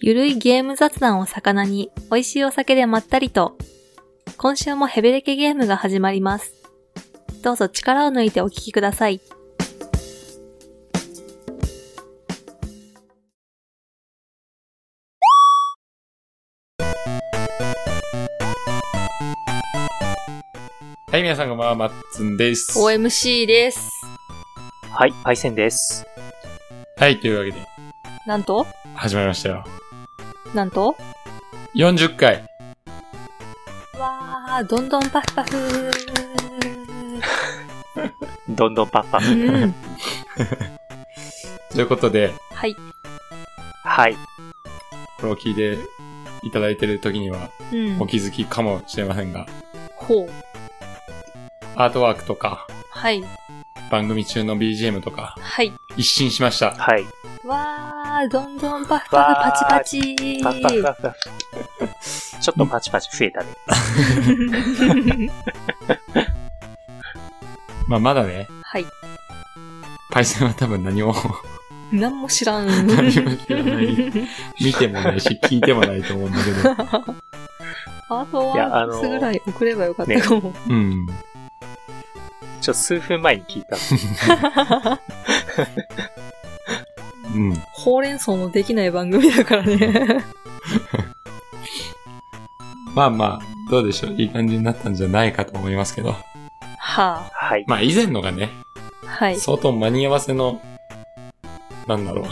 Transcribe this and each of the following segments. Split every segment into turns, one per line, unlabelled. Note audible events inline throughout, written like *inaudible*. ゆるいゲーム雑談を魚に、美味しいお酒でまったりと。今週もヘベレケゲームが始まります。どうぞ力を抜いてお聞きください。
はい、皆さんこんばんは、まっつんです。は
OMC です。
はい、パイセンです。
い、というわけで、
なんと
始まりましたよ。
なんと
40回。
わー、どんどんパフパフ
どんどんパッパ。
ー。 *laughs* うん。
ということで、
はい。
はい。
これを聞いていただいてる時には、
うん
お。気づきかもしれませんが、
ほう。
アートワークとか、
はい。
番組中の BGM とか、
はい。
一新しました。
はい。
わー、どんどんパフパフパチパチ。
パッパッパッパ。ちょっとパチパチ増えたね。
まあ、まだね、
*laughs* はい。
パイセンは多分何も *laughs*
なんも知らん。
何も知らない見てもないし、聞いてもないと思うんだけど、
*laughs* アートワ
いや
ー
あ
ク
の
スぐらい送ればよかったかも。
うん。
ちょっと数分前に聞いた。
うん。
ほうれん草のできない番組だからね。
まあまあ、どうでしょう。いい感じになったんじゃないかと思いますけど。
は
はい。
まあ、以前のがね、
あ。はい。
相当間に合わせの、なんだろう、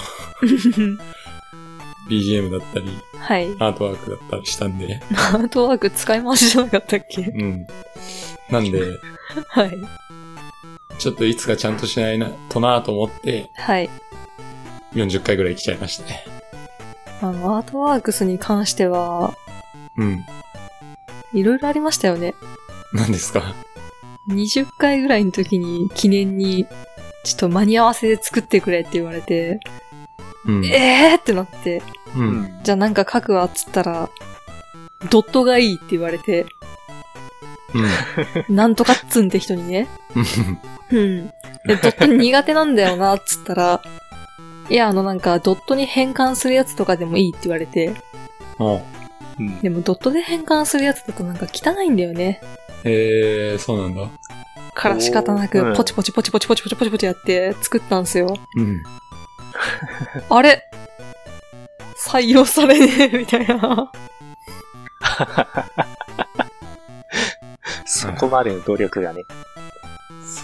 BGM だったり、
*laughs* はい。
アートワークだったりしたんで、
アートワーク使い回しじゃなかったっけ
うん。なんで、
はい。
ちょっといつかちゃんとしないな、となぁと思って、
はい。
40回ぐらい来ちゃいましたね。
あの、アートワークスに関しては、
うん。
いろいろありましたよね。
何ですか
20回ぐらいの時に記念に、ちょっと間に合わせで作ってくれって言われて、
うん。
えーってなって、
う。。
うん
じゃあなんか書くわっつったら、ドットがいいって言われて、
うん。
なんとかっつんって人にね、
*laughs*
うん。で、ドット苦手なんだよな、っつったら、いや、あのなんか、ドットに変換するやつとかでもいいって言われて、
お
うん
でもドットで変換するやつだとなんか汚いんだよね。
えー、そうなんだ。
から仕方な
おーう
く、
ん
ポチポチポチポチポチポチポチポチやって作ったんすよ。
うん。
あれ採用されねえ、みたいな。
そこまでの努力がね。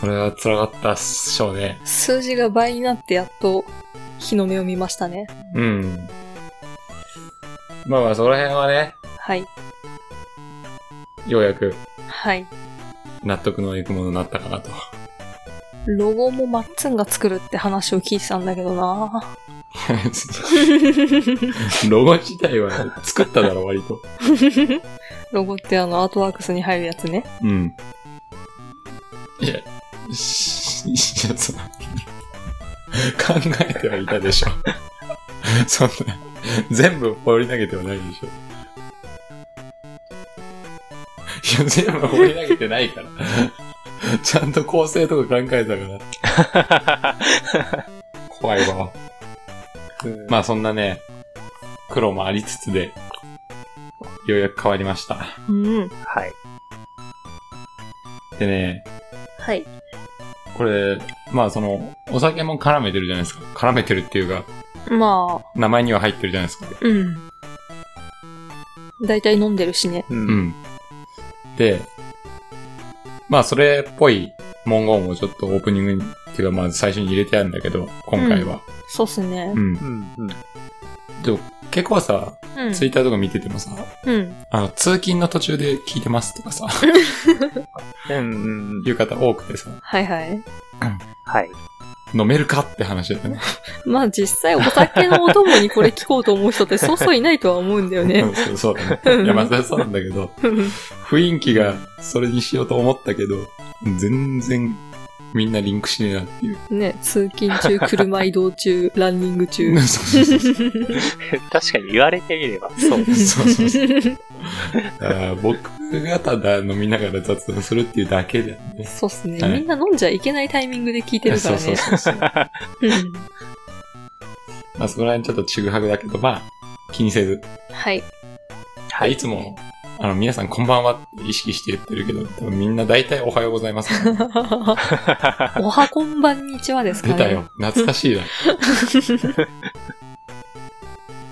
それは辛かったっしょうね。
数字が倍になってやっと、日の目を見ましたね。
うん。まあまあ、そこら辺はね、
はい。
ようやく
はい。
納得のいくものになったかなと。
ロゴもマッツンが作るって話を聞いてたんだけどな
*laughs* ロゴ自体は作っただろ、割と。
ロゴってあの、アートワークスに入るやつね。
うん。いや、し、いや、その、考えてはいたでしょ。そんな、全部放り投げてはないでしょ。いや、全部放り投げてないから。ちゃんと構成とか考えたから、怖いわ。まあそんなね、苦労もありつつで、ようやく変わりました。
うん。
はい。
でね、
はい。
これ、まあその、お酒も絡めてるじゃないですか。絡めてるっていうか、
まあ、
名前には入ってるじゃないですか。
うん。大体飲んでるしね。
う。
うんん。で、まあそれっぽい文言をちょっとオープニングに、っていうかまあ最初に入れてあるんだけど、今回は。
そうっすね
う。ん。
うん。うん。
でも結構さ、
うん。
ツイッターとか見ててもさ、
うん。
あの、通勤の途中で聞いてますとかさ、
うん。うん。
いう方多くてさ、
はいはい。
はい。 *laughs*
飲めるかって話だよね。
まあ実際お酒のお供にこれ聞こうと思う人ってそうそういないとは思うんだよね。
うんそうそうだね。いや、まあそれはそうなんだけど、雰囲気がそれにしようと思ったけど、全然みんなリンクしねえなっ
*laughs*
ていう。
*laughs* ね、通勤中、車移動中、ランニング中。
そうそうそう
確かに言われてみれば、そう。
そうそうそあー僕がただ飲みながら雑談するっていうだけだよね。
そうっすね。
はい
みんな飲んじゃいけないタイミングで聞いてるから
そう
ね。
*laughs* そうそうそう。
うん
まあそこら辺ちょっとちぐはぐだけど、まあ、気にせず。 *laughs*
はい。
はい、いつも、あの、皆さんこんばんはって意識して言ってるけど、多分みんな大体おはようございますから。
おはこんばんにちはですか
出
ね。
たよ。懐かしいな。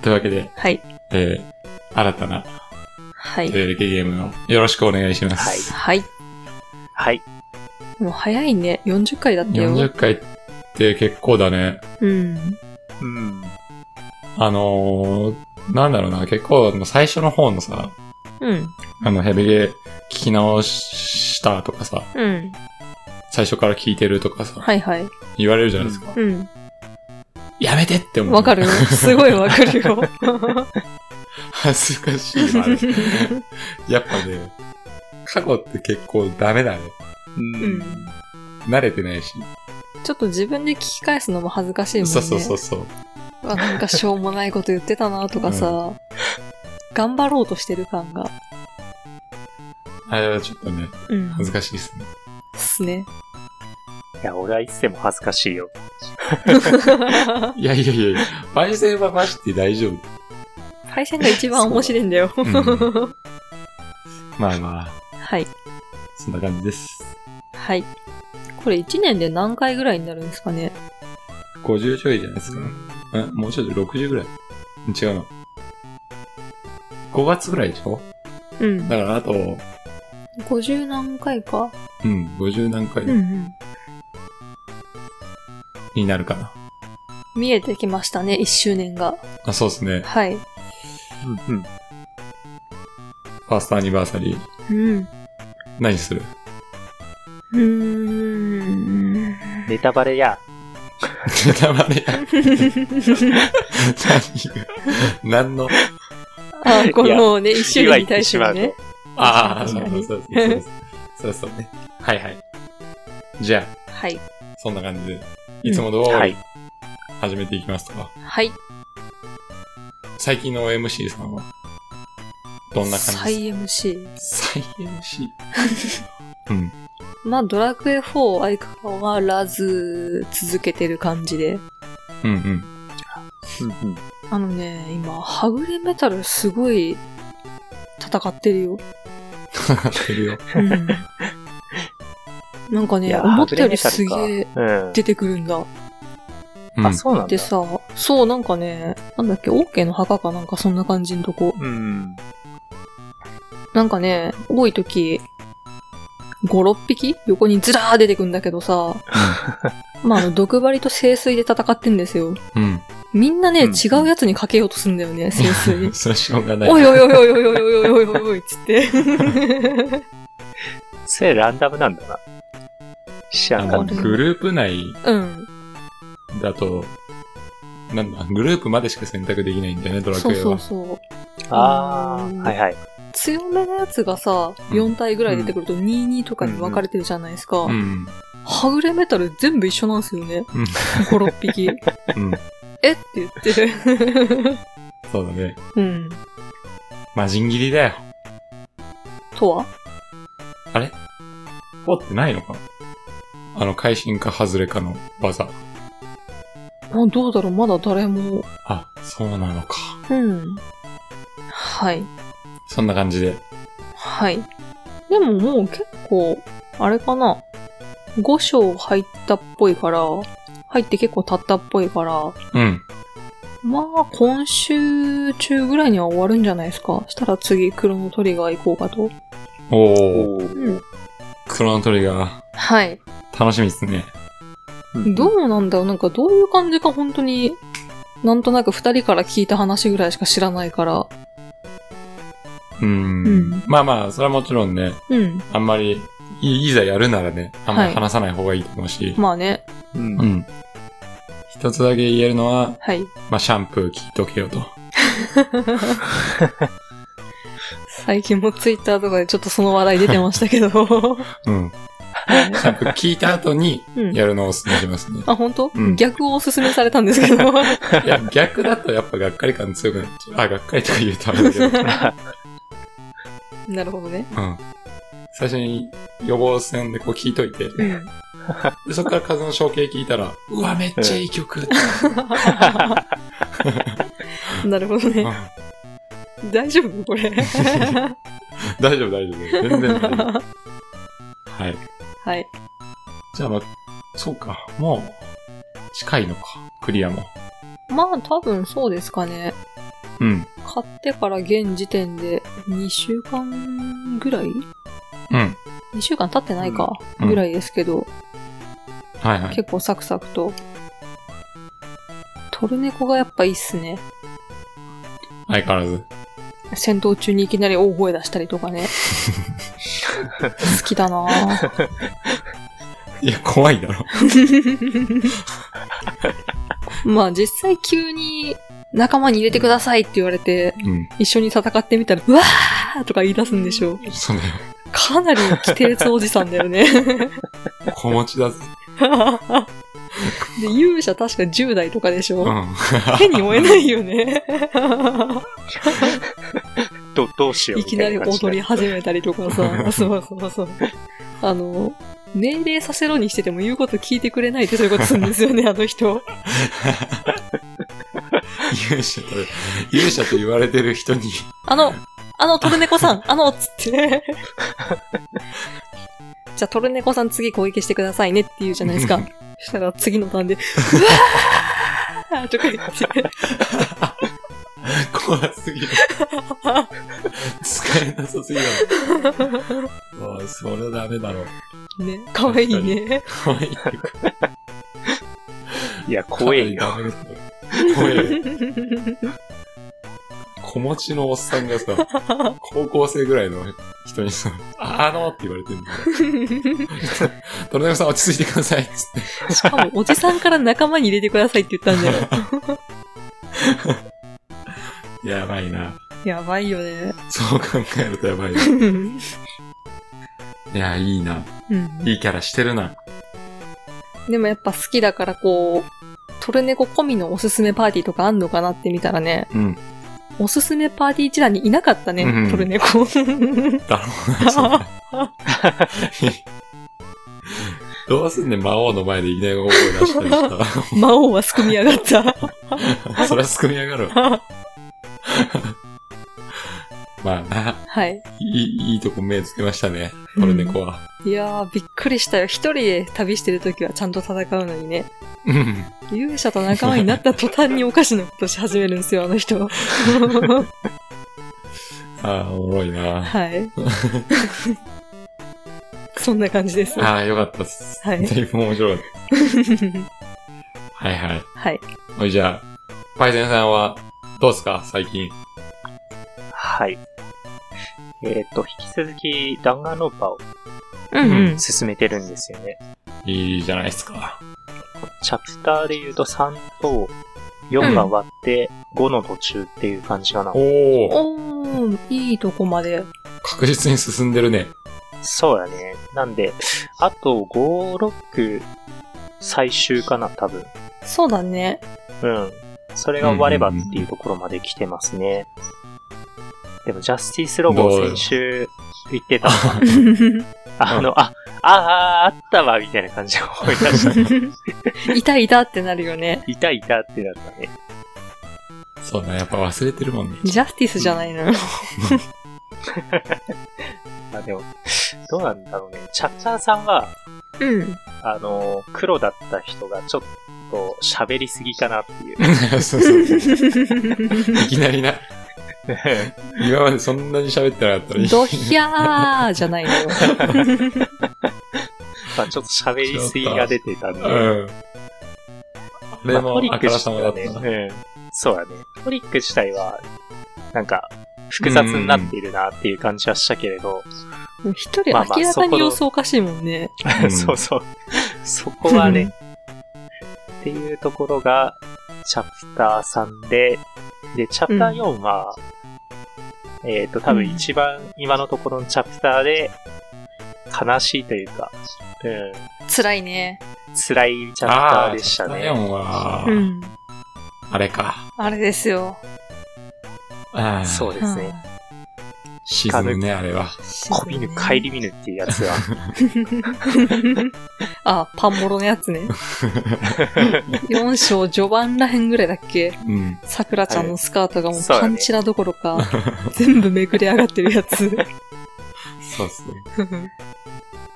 というわけで、
はい。
えー、新たな、
はい。
トヨレケゲームをよろしくお願いします。
はい
はい。
はい。
もう早いね。40回だったよ。
40回って結構だね。
うん。
うん。
あのー、なんだろうな、結構あの最初の方のさ、
うん。
あのヘビゲー聞き直したとかさ、
うん。
最初から聞いてるとかさ、
はいはい。
言われるじゃないですか。
うん。
やめてって思う。
わかるよ。すごいわかるよ。
*laughs* 恥ずかしいわあれ *laughs* やっぱね、過去って結構ダメだね。
うん。
慣れてないし。
ちょっと自分で聞き返すのも恥ずかしいもんね。
そうそうそうそう。
あなんかしょうもないこと言ってたなとかさ、頑張ろうとしてる感が。
あれはちょっとね、
うん。
恥ずかしいですね。
すね。
いや、俺は一世も恥ずかしいよ。
いやいやいやいや、パイセンはまして大丈夫。
配線が一番面白いんだよ。
うだうまあまあ、
はい。
そんな感じです。
はい。これ1年で何回ぐらいになるんですかね
50ちょいじゃないですか。うん、もうちょっと60ぐらい。違うの。5月ぐらいでしょ
うん。
だからあと、
50何回か
うん、50何回
うん
になるかな。
うん。見えてきましたね、1周年が。
あ、そうですね。
はい。
うん。うん。
ファーストアニバーサリー。
うん。
何する *laughs*
うー *laughs* ん。
ネタバレや。
ネタバレや。何が何の。
あ、このね、1周年
今言
に
って
対し
してま
の
うと
ね。。
ああ、そ
確か
う
に
そうそうそう。そうそうね。はいはい。じゃ
はい。
あ、そんな感じで、いつも通
は
り
い。
始めていきますか。
はい。
最近の MC さんは、どんな感じ
再 MC。
ですか再 MC。うん。
まあ、ドラクエ4を相変わらず続けてる感じで。
うんうん。
うんうん。
あのね、今、はぐれメタルすごい戦ってるよ。
戦ってるよ。
*laughs* うん、なんか
い
ね、
や
思ったより
はぐ
す
れメタルか
げえ
うん。
出てくるんだ。
うん
あ、そうなんだ
で。さ、そう、なんかね、なんだっけ、オーケーの墓かなんかそんな感じのとこ。
うん。
なんかね、多い時、5、6匹横にずらー出てくんだけどさ、まあ、あの、毒針と清水で戦ってんですよ。
うん。。
みんなね、
うん
違うやつにかけようとすんだよね、清水に
それはしょうがない。
おいおいおいおいおいおいおいおいおいおいっつって。
それランダムなんだな。知ら
あ
んか
の、
った。
グループ内
うん。
だと、なんだ、グループまでしか選択できないんだよね、ドラク
そ
エ
う
は。
そうそう。
ああ、
うん
はいはい。
強めのやつがさ、4体ぐらい出てくると22とかに分かれてるじゃないですか。
うん。
はぐれメタル全部一緒なんですよね。
うん
5、6匹。
うん。
*laughs* えって言って。
そうだね。
*laughs* うん。
魔人切りだよ。
とは
ポってないのかなあの、会心か外れかの技。
あどうだろうまだ誰も。
あ、そうなのか。
うん。はい。
そんな感じで。
はい。でももう結構、あれかな。5章入ったっぽいから、入って結構経ったっぽいから、
うん。
まあ、今週中ぐらいには終わるんじゃないですか。したら次、クロノトリガー行こうかと。
おー、
おー
うん。
クロノトリガ
はい。
ー。楽しみですね。
どうなんだろうなんかどういう感じか本当に、なんとなく二人から聞いた話ぐらいしか知らないから。
うーん,、
うん
まあまあ、それはもちろんね、
うん。
あんまり、いいざやるならね、あんま
は
り
い
話さない方がいいと思うし。
まあね。
うん
う。ん。一つだけ言えるのは、
はい。
まあ、シャンプー聞いとけよと。
最近もツイッターとかでちょっとその話題出てましたけど。
うん。シャンプー聞いた後に、
うん。
やるのをお勧めしますね。
あ、本当、
うん
逆をおすすめされたんですけど。
いや、逆だとやっぱがっかり感強くなっちゃう。あ、がっかりとか言うとあれだ
*laughs*
けど。
なるほどね。
うん。最初に予防線でこう聞いといて、
*laughs* うん。
でそこか
*laughs*
ら風の象形聞いたら、うわ、めっちゃいい曲って
なるほどね。大丈夫
*laughs*
これ。
大丈夫、大丈夫。全然大丈夫。
は
はい。
い。
じゃあ、まあ、そうか。もう、近いのか。クリアも。
まあ多分そうですかね。
うん。
買ってから現時点で2週間ぐらい
うん。
2週間経ってないか、
うん
ぐらいですけど、
はいはい。
結構サクサクと。トルネコがやっぱいいっすね。
相変わらず。
戦闘中にいきなり大声出したりとかね。好きだなぁ。
いや、怖いだろ。
まあ実際急に仲間に入れてくださいって言われて、
うん。
一緒に戦ってみたら、うわーとか言い出すんでしょう。
そうだよ。
かなり規定つおじさんだよね。
子持ちだぜ。
で、勇者確か10代とかでし
う *laughs*
ょ *laughs*
ん。
手に負えないよね。
ど、どうしよう
い
み
き
た
ないり
な感じで。
踊り始めたりとか
*laughs*
さ、そうそうそう。あの、命令させろにしてても言うこと聞いてくれないってそういうことするんですよね、あの
*laughs*
人。
勇者と、勇者と言われてる人に、
あの、あの、トルネコさん、あの、つ
*laughs*
って。じゃあ、トルネコさん次攻撃してくださいねって言うじゃないです
*laughs*
か。そしたら次のターンで、うわーとか言って、
怖すぎる。使えなさすぎる。もう、それダメだろう。
ね、かわいいね。
怖いっていうか
いや、怖えよ。
かなりダメだ怖いよ。子持ちのおっさんがさ、高校生ぐらいの人にさ、あのって言われてるんだよ。トルネコさん落ち着いてくださいっつって。
しかも、おじさんから仲間に入れてくださいって言ったんだよ。
やばいな。
やばいよね。
そう考えるとやばいな。い
うん
や、いいな。いいキャラしてるな。
でもやっぱ好きだからこう、トルネコ込みのおすすめパーティーとかあんのかなって見たらね、
うん。
おすすめパーティー一覧にいなかったね、
うん
トルネコ。 *laughs*
だろうな、そうだ *laughs* どうすんねん、魔王の前でいきなり大声出したりし
魔王はすくみ上がった。 *laughs*
た。 *laughs* そりゃすくみ上がるわ。まあな、
はい。
いい、いいとこ目つけましたね。トルネコは。
いやー、びっくりしたよ。一人で旅してるときはちゃんと戦うのにね。
うん。
勇者と仲間になった途端におかしなことし始めるんですよ、あの人。 *laughs*
ああ、おもろいな。
はい。 *laughs* そんな感じです。は *laughs*
ああ、よかったっす。
はい
だいぶ面白かった。はいはい。
い。
ほいじゃあ、パイセンさんは、どうっすか最近。
はい。えっ、と、引き続き、弾丸論破を
うんうん。
進めてるんですよね。
いいじゃないですか。
チャプターで言うと3と4が割って5の途中っていう感じかな。
おお
おー、いいとこまで。
確実に進んでるね。
そうだね。なんで、あと5、6最終かな、多分。
そうだね。
うん。それが終わればっていうところまで来てますね。でも、ジャスティスロボ
どう
先週言ってたのが
ん
あの、あ、ああー、あったわ、みたいな感じで思い出した。
*laughs* いたいたってなるよね。
いたいたってなったね。
そうだ、やっぱ忘れてるもんね。 *laughs*
ジャスティスじゃないの。
まあでも、どうなんだろうね。チャッチャーさんは、
うん。
あの、黒だった人がちょっと喋りすぎかなって
*laughs*
いう。
そうそうそう。いきなりな。今までそんなに喋ってなかったの
*laughs*
に。
ドヒャーじゃないのよ。
まあちょっと喋りすぎが出てたんで。
うん。あれ
まあ
も
トリ、ッ
あ
ク
から
自
さ
体
まだ
は
ったな。
ね、うん。そうだね。トリック自体は、なんか、複雑になっているなっていう感じはしたけれど、
一人明らかに様子おかしいもんね。
うん
*laughs* そうそう。そこはね、っていうところが、チャプター3で、で、チャプター4は、えっ、と、多分一番今のところのチャプターで、悲しいというか、うん、
辛いね。
辛いチャプタ
あ
ー
あ、
でした
チャプター
ね。
4は、
うん。
あれか。
あれですよ。
ああ
そうですね。
沈むね、あれは。
こびぬ、帰り見ぬっていう
*laughs*
やつは。
*laughs* あ、パンモロのやつね。4章序盤らへんぐらいだっけ
うん。
桜ちゃんのスカートがもう
そうだ
パ
ね
ンチラどころか、全部めくれ上がってるや
*laughs*
つ。
そうっすね。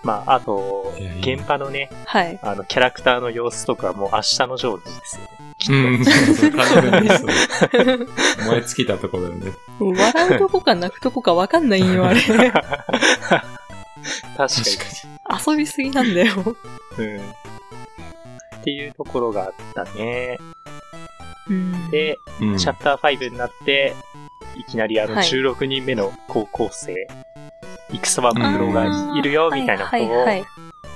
まあ、あと
いやい、や
現場のね、
はい。
あの、キャラクターの様子とかもう明日のジョーなんですよね。
うん、そうそう、完全にそう。燃え尽きたところだよね。
笑うとこか泣くとこかわかんないんよ、あれ。遊
確か
確か
びすぎなんだよ。
に。うん。っていうところがあったね。
うん、
で、
に。うん。
チャッター5になって、いきなりあの
はい
16人目の高校生、イクソマムクロがいるよ、みたいなこと
はいはい
を、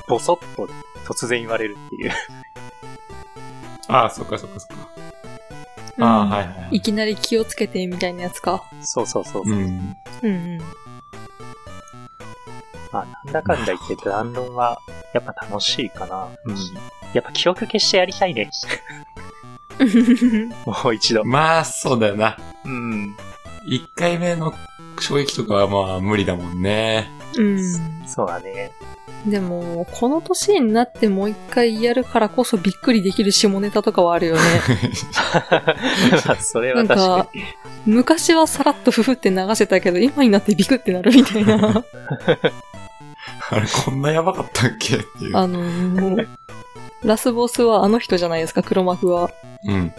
ボソッと突然言われるっていう。
ああ、そっかそっかそっか。
うん
ああ、はいはいはいい。
きなり気をつけてみたいなやつか。
そうそうそう。
うん。
うんうん。
まあ、なんだかんだ言って、弾論は、やっぱ楽しいかな。うん。やっぱ記憶消してやりたいね。もう一度。
まあ、そうだよな。
うん。
一回目の衝撃とかはまあ無理だもんね。 *laughs*
うん。
そうだね。 *laughs*
でも、この年になってもう一回やるからこそびっくりできる下ネタとかはあるよね。
まあそれは確かに。
昔はさらっとふふって流してたけど、今になってビクってなるみたいな。
あれ、こんなやばかったっけっていう。
あのーラスボスはあの人じゃないですか、黒幕は。
うん。
モ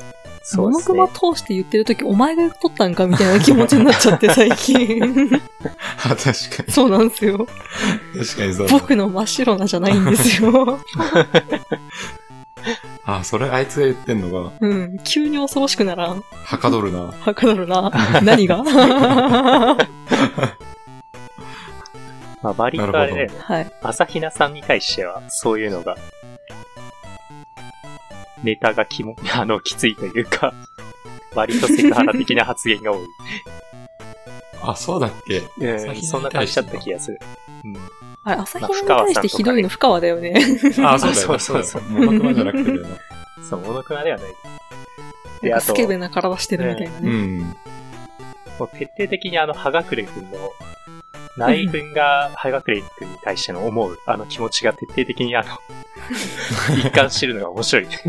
そうで
ノ
す
ク
ね
マ。通して言ってるとき、お前が取ったんかみたいな気持ちになっちゃ
*laughs*
って、最近。
あ、確かに。
そうなんですよ。
確かにそうだ。
僕の真っ白なじゃないんです
*laughs*
よ。
あ、それあいつが言ってんのが、
うん。急に恐ろしくなら
*laughs*
ん。
はかどるな。
はかどるな。何がは
まあ、バリンとあれだよね。
い。
朝比奈さんに対しては、そういうのが、ネタがきも、 *laughs* あの、きついというか、割とセクハラ的な発言
*laughs*
が多い。
あ、そうだっけ
うん、そんな感じだった気がする。うん。
あれ、朝日に対してひどいの深川だよね。
*laughs* あ、そうだよ
そ
な。
うそうそ
だ
う
よなモノクマじゃなくてだよな。
そう、モノクマではない。
なん
で、あ
か
と
ス、ケベな体してるみたいな
う
ね。
ん。 *laughs*
もう徹底的にあの、ハガクレ君の、ナイ君がハガクレ君に対しての思う、あの気持ちが徹底的に
*laughs*
あの、一貫してるのが面白い。 *laughs*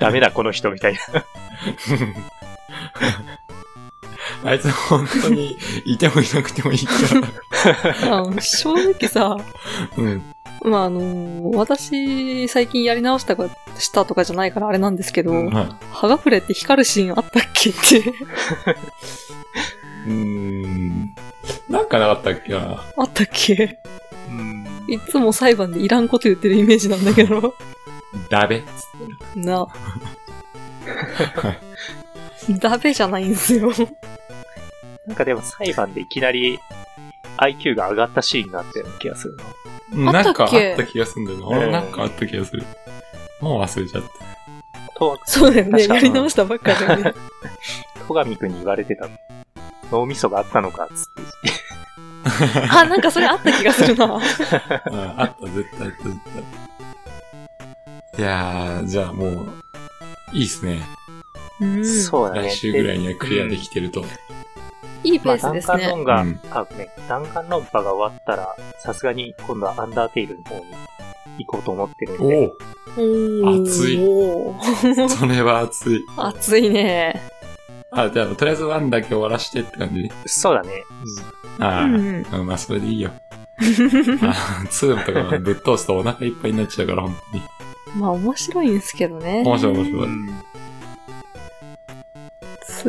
ダメだ、この人、みたいな。
あいつ本当にいてもいなくてもいいか
あの正直さ、
ら。うん。
まあ、あの、私、最近やり直したか、したとかじゃないからあれなんですけど、
は
ハガフレって光るシーンあったっけって。
い。うん。なんかなかったっけな。
あったっけ
うん。
いつも裁判でいらんこと言ってるイメージなんだけど。
ダベっつっ
*laughs* な
は。
ダメじゃないんですよ。
なんかでも裁判でいきなり IQ が上がったシーンがあったような気がするな。
てうん
あった
な
っけ
んかあった気がするんだよな。
う
俺
ん
なんかあった気がする。もう忘れちゃ *laughs* った。
と、
*laughs* そうだよね。
確か
やり直したばっかだよね。
戸上くんに言われてた。脳みそがあったのか、つっ
*laughs*
て。
あ、なんかそれあった気がするな。
うんあった、絶対あった、絶対。いやー、じゃあもう、いいっすね。
*laughs* うん。
そうだね。
来週ぐらいにはクリアできてると。
いいペ
まあ、
ース
弾
です
丸
ね。
論が、
うん
あ、ごめん、弾丸論破が終わったら、さすがに今度はアンダーテイルの方に行こうと思ってるんで、
お
お
ー
熱い
おー
おそれは熱い。
熱いね。
あ、じゃあ、とりあえずワンだけ終わらしてって感じ
そうだね。
ああ、
う
うんんまあ、それでいいよ。 *laughs* あーツームとかはぶっ通すとお腹いっぱいになっちゃうから、本当に。
*laughs* まあ面白いんですけどね。
面白い面
う
白
ん。
い。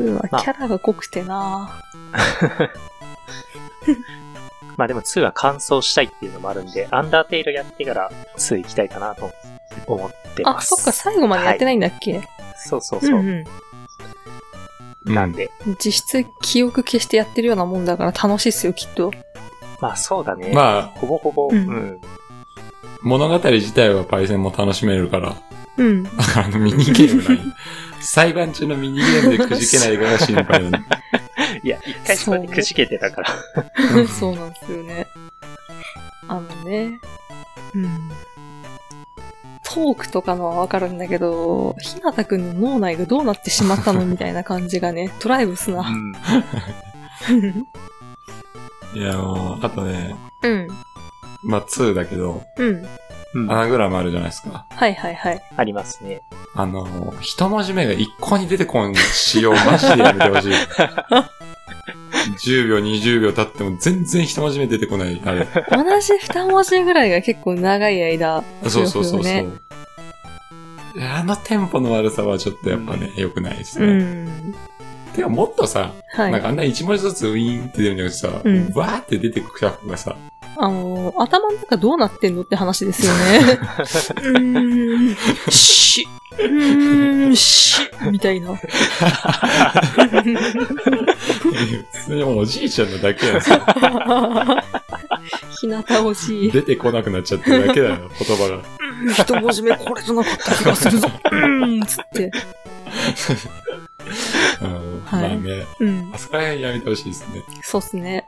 2はキャラが濃くてな。
まあでも2は完走したいっていうのもあるんで、アンダーテイルやってから2行きたいかなと思ってま
あ、
す。
そっか、最後までやってないんだっけ、
そうそう
う
そう。
ん
うん
なんで、
うん。実質記憶消してやってるようなもんだから楽しいっすよ、きっと。
まあそうだね。
ま
ほぼほぼ、
う
うんん。
物語自体はパイセンも楽しめるから、 *laughs*
うん。
だからあのミニゲーム
*laughs*
ない。裁判中のミニゲームでくじけないから心配だね。 *laughs*
いや、一回そこでくじけてたから。
うん
*laughs* そうなんですよね。あのね、うん。トークとかのはわかるんだけど、ひ
*laughs*
なたくんの脳内がどうなってしまったのみたいな感じがね、ドライブすな。
ん。
いや、もう、あとね、
うん。
まあ、2だけど、
うん。
うん。
アナグラムあるじゃないですか。
はいはいはい。
ありますね。
あの、一文字目が一個に出てこん仕様、マジでやめてほ
*laughs*
しい。10秒、20秒経っても全然一文字目出てこない。あれ。
同じ二文字ぐらいが結構長い間。
*laughs* そうそうそうそう。
ね
いやあのテンポの悪さはちょっとやっぱね、良、くないです
う
ね。
ん。
てかもっとさ、
はい
なん。かあんな一文字ずつウィーンって出るんじゃなくてさ、
うん
わーって出てくキャップがさ、
あの、頭の中どうなってんのって話ですよね。うーん、し、うーん、し、みたいな。
普通にもうおじいちゃんのだけや
*laughs*
んさ、
日向欲しい。
出てこなくなっちゃってるだけだよ、言葉が。
うん一文字目これじゃなかった気がするぞ。うーん、つって。
うん
はい
まあね、
うん、
あそこら辺やめてほしいですね。
そうっすね。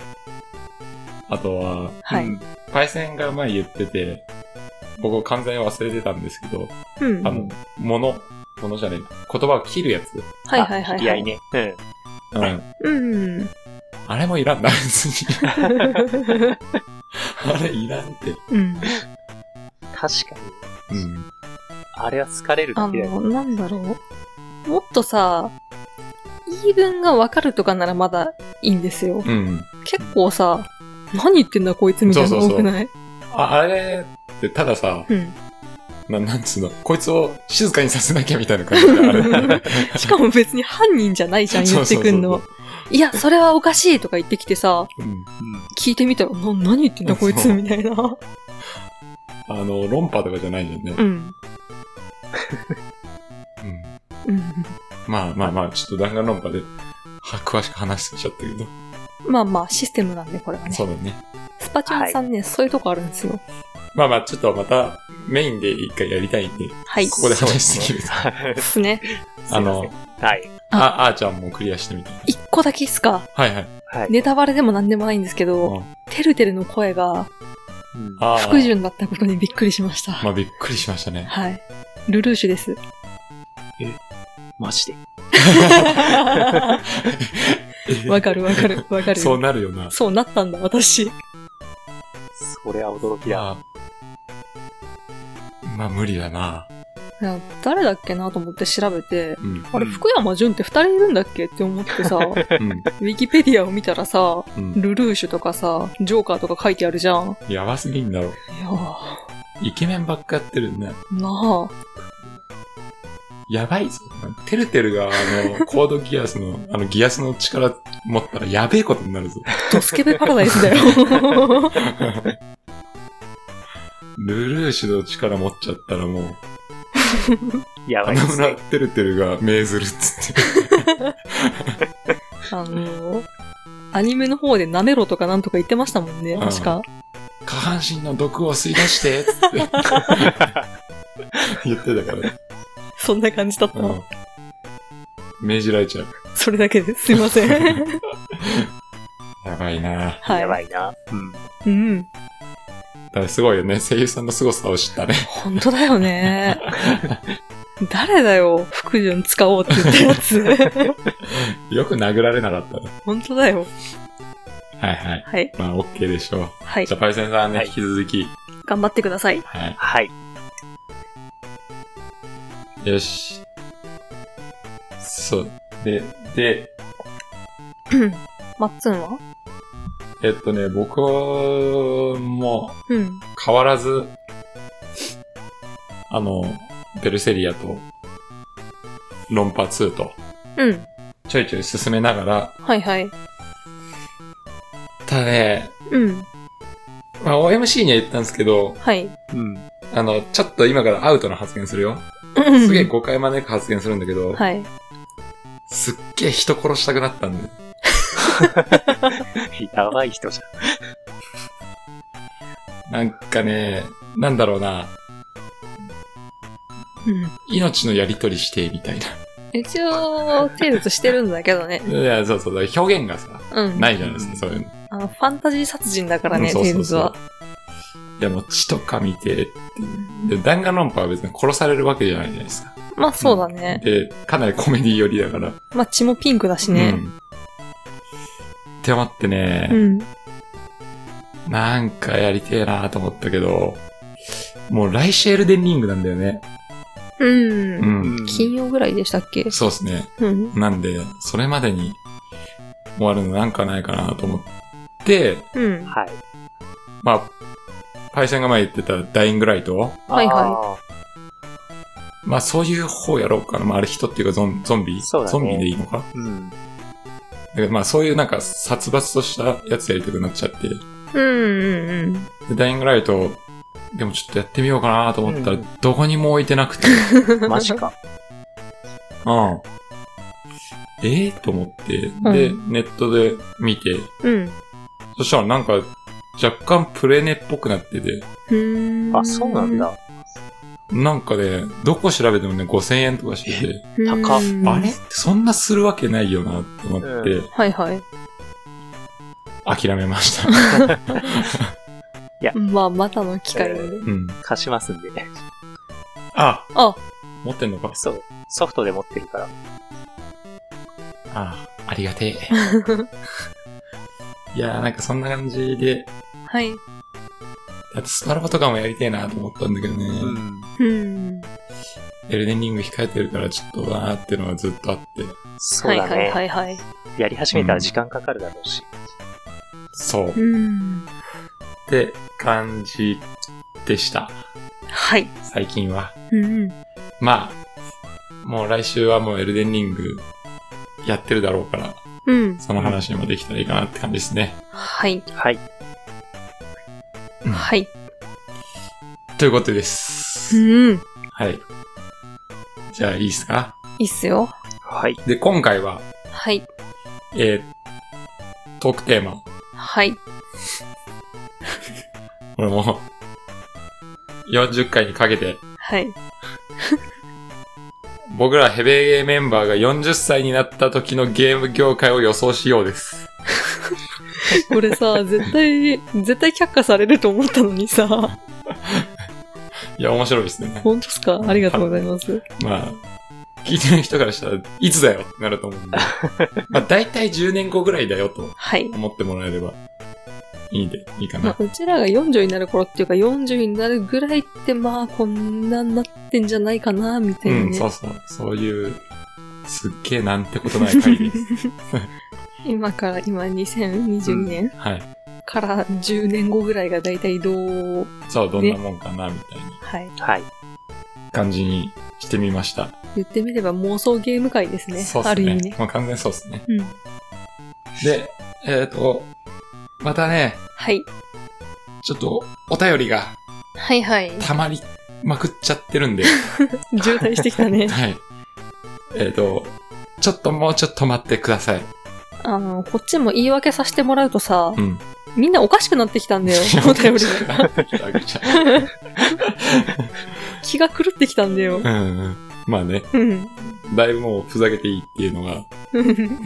あとは、
はい
うんパイセンが前言ってて、僕完全に忘れてたんですけど、
うん。
あ
は
の、もの、ものじゃない、言葉を切るやつ。
いはいはい
あ
はい。
いやいね。うん。
うん。
うん。
あれもいらんな、別に。あれいらんって。
うん。
確かに。
うん。
あれは疲れる
あ
だけだよ。
の、なんだろう。もっとさ、言い分がわかるとかならまだいいんですよ。
うん。
結構さ、何言ってんだこいつみたいなの多くない
あ、あれって、たださ、
うん。
ななんつうの、こいつを静かにさせなきゃみたいな感じであれ。
*laughs* しかも別に犯人じゃないじゃん、言ってくんの
そう。
いや、それはおかしいとか言ってきてさ、
うん
聞いてみたら、な、何言ってんだこいつ
そう
みたいな。
あの、論破とかじゃないじゃんね
う。ん。う
うん。
ん。
まあまあまあ、ちょっと弾丸論破で、は、詳しく話しちゃったけど。
まあまあ、システムなんで、これはね。
そうだね。
スパチュンさんね、そういうとこあるんですよ。
まあまあ、ちょっとまた、メインで一回やりたいんで、
はい。
ここで話してみると。
*laughs*
ですね。
あの
すいませんはい。
あ
あ、あーちゃんもクリアしてみたい。
一個だけいいっすか。
はいはい。
はい。
ネタバレでもなんでもないんですけ
う
ど
ん、
てるてるの声が、
うん
あー
福順だったことにびっくりしました。
まあびっくりしましたね。
はい。ルルーシュ
*laughs*
です。
マジで。
*laughs* わかるわかるわかる。
そうなるよ
*laughs*
な。
そうなったんだ、私。
それは驚きだ。
あーまあ無理だな。
いや誰だっけなと思って調べて、
うん。
あれ、
うん
福山潤って二人いるんだっけって思って *laughs* さ、ウ
うん。
ィキペディアを見たらさ、 *laughs*
うん。
ルルーシュとかさ、ジョーカーとか書いてあるじゃん。い
やばすぎんだろ。
やー、
イケメンばっかやってるね。
な
やばいぞ。てるてるが、あ
*laughs*
の、コードギアスの、あの、ギアスの力持ったらやべえことになるぞ。
あ、ドスケベパラダイス *laughs* だよ。
ルルーシュの力持っちゃったらもう、
やばいで
花
す
村
ね。
てるてるが命ずるっつって。 *laughs*
あのー、アニメの方で舐めろとかなんとか言ってましたもんね、
うん
確か。
下半身の毒を吸い出してっつって
*laughs*
言ってたから。
そんな感じだった。
うん。命じられちゃう。
それだけです。すいませ *laughs* ん。
やばいな
はい。
やばいな。う
う
ん。
ん。
だからすごいよね。声優さんの凄さを知ったね。
本当だよね。 *laughs* 誰だよ、福潤使おうって言ったやつ。
よく殴られなかったね
本当だよ。
はいはい。
はい。
まあ、OK でしょ
は
う。
い
じゃ。あ、パイセンさんね、
はい
引き続き。
頑張ってくだ *clears throat* さい。
は
はい。
い。よし。そう。で、で、
うんまっつんは
えっとね、僕も
うん。
変わらず、あの、ベルセリアと、論破2と、
うん。
ちょいちょい進めながら、
はいはい。
ただね、
うん。
まあ、OMC には言ったんですけど、
はい。
うん。
あの、ちょっと今からアウトな発言するよ。すげえ誤解招く発言するんだけど、
はい。
すっげえ人殺したくなったんで。
やばい人じ
なんかね、なんだろうな、
うん。
命のやりとりして、みたいな。
一応、手術してるんだけど *laughs* ね。
いや、そうそう、だから表現がさ、
うん。。
ないいじゃないですか、そういうの。
あの、ファンタジー殺人だから
う
ね、
んそう
手
そう
術
そう
は。。
いや、もう血とか見て、で弾丸論破は別に殺されるわけじゃないじゃないですか。
まあそうだね。
で、かなりコメディ寄りだから。
まあ血もピンクだしね。
うん。て待ってね、
うん。
なんかやりてえなと思ったけど、もう来週エルデンリングなんだよね。
うん。
うん。
金曜ぐらいでしたっけ
そうですね。
うん。
なんで、それまでに終わるのなんかないかなと思って、
うん。
はい。
まあ、パイセンが前言ってたダイイングライト
はい
は
まあそういう方やろうかな。まああれ人っていうかゾンゾンビ
そうだね
ゾンビでいいのか
い。うん。
だけどまあそういうなんか殺伐としたやつやりたくなっちゃって。
う
で
んうんうん。
ダイイングライト、でもちょっとやってみようかなと思ったら
うん、
どこにも置いてなく
*laughs*
て。
マ
*laughs*
ジか。
うん。ええと思って、で、
う
ネットで見て、
うん。
そしたらなんか、若干プレネっぽくなってて、
うーん。
あ、そうなんだ。
なんかね、どこ調べてもね、5000円とかしてて、
うん。
高っ
あれそんなするわけないよなって思って、
う
はいはい。
諦めました。
まあ、またの機会
*laughs*
にね。
うん。
貸しますんでね。
あ
あ
持ってんのか
そう。ソフトで持ってるから。
ああ、ありがてえ。いやーなんかそんな感じで、
はい。
だってスパラバとかもやりてえなと思ったんだけどね、
うん。
うん。
エルデンリング控えてるからちょっとなーっていうのはずっとあって、
そ
は
う
い
だ
はいは
ね。
いはい。
やり始めたら時間かかるだろうし。
そう。
うん。
って感じでした。
はい。
最近は。
うん。
まあ、もう来週はもうエルデンリングやってるだろうから、
うん。
その話もできたらいいかなって感じですね。
はい。
はい。
うん
はい。
ということです。
うん。
はい。じゃあいいですか
いいっすよ。
はい。
で、今回は、
はい。
えー、トークテーマ。
はい。
これもう、40回にかけて、
はい。
僕らヘベゲーメンバーが40歳になった時のゲーム業界を予想しようです。
これさ、絶対、絶対却下されると思ったのにさ。
いや、面白いです
*laughs*
ね。
本当っすかありがとうございます。
まあ、聞いてる人からしたらいつだよってなると思うんで。
*laughs*
まあ、大体10年後ぐらいだよと
はい。
思ってもらえればいいんで、いいか
まあ
な、。
うちらが40になる頃っていうか、40になるぐらいって、まあ、こんなになってんじゃないかな、みた
う、
いなんね。
そうそう。そういう、すっげえなんてことない
*laughs*
回です。
今から、今、2022年
はい。
から10年後ぐらいがだいたいどう、
さあ、どんなもんかな、みたいな
はい。
はい。
感じにしてみました。
言ってみれば妄想ゲーム界ですね。
そう
あ
です
る意
ね。
味ね。
もう完全にそうですね。
うん。
で、えっ、と、またね、
はい。
ちょっとお便りが
はいはい。
溜まりまくっちゃって
*laughs*
るんで、
渋滞してきたね。
はい。えっ、と、ちょっともうちょっと待ってください。
あの、こっちも言い訳させてもらうとさ
う、ん。。
みんなおかしくなってきたんだよお便りが。
り
気が狂ってきたんだよ。
*laughs* うんうん。まあね、
うん。 *laughs*
だいぶもうふざけていいっていうのが、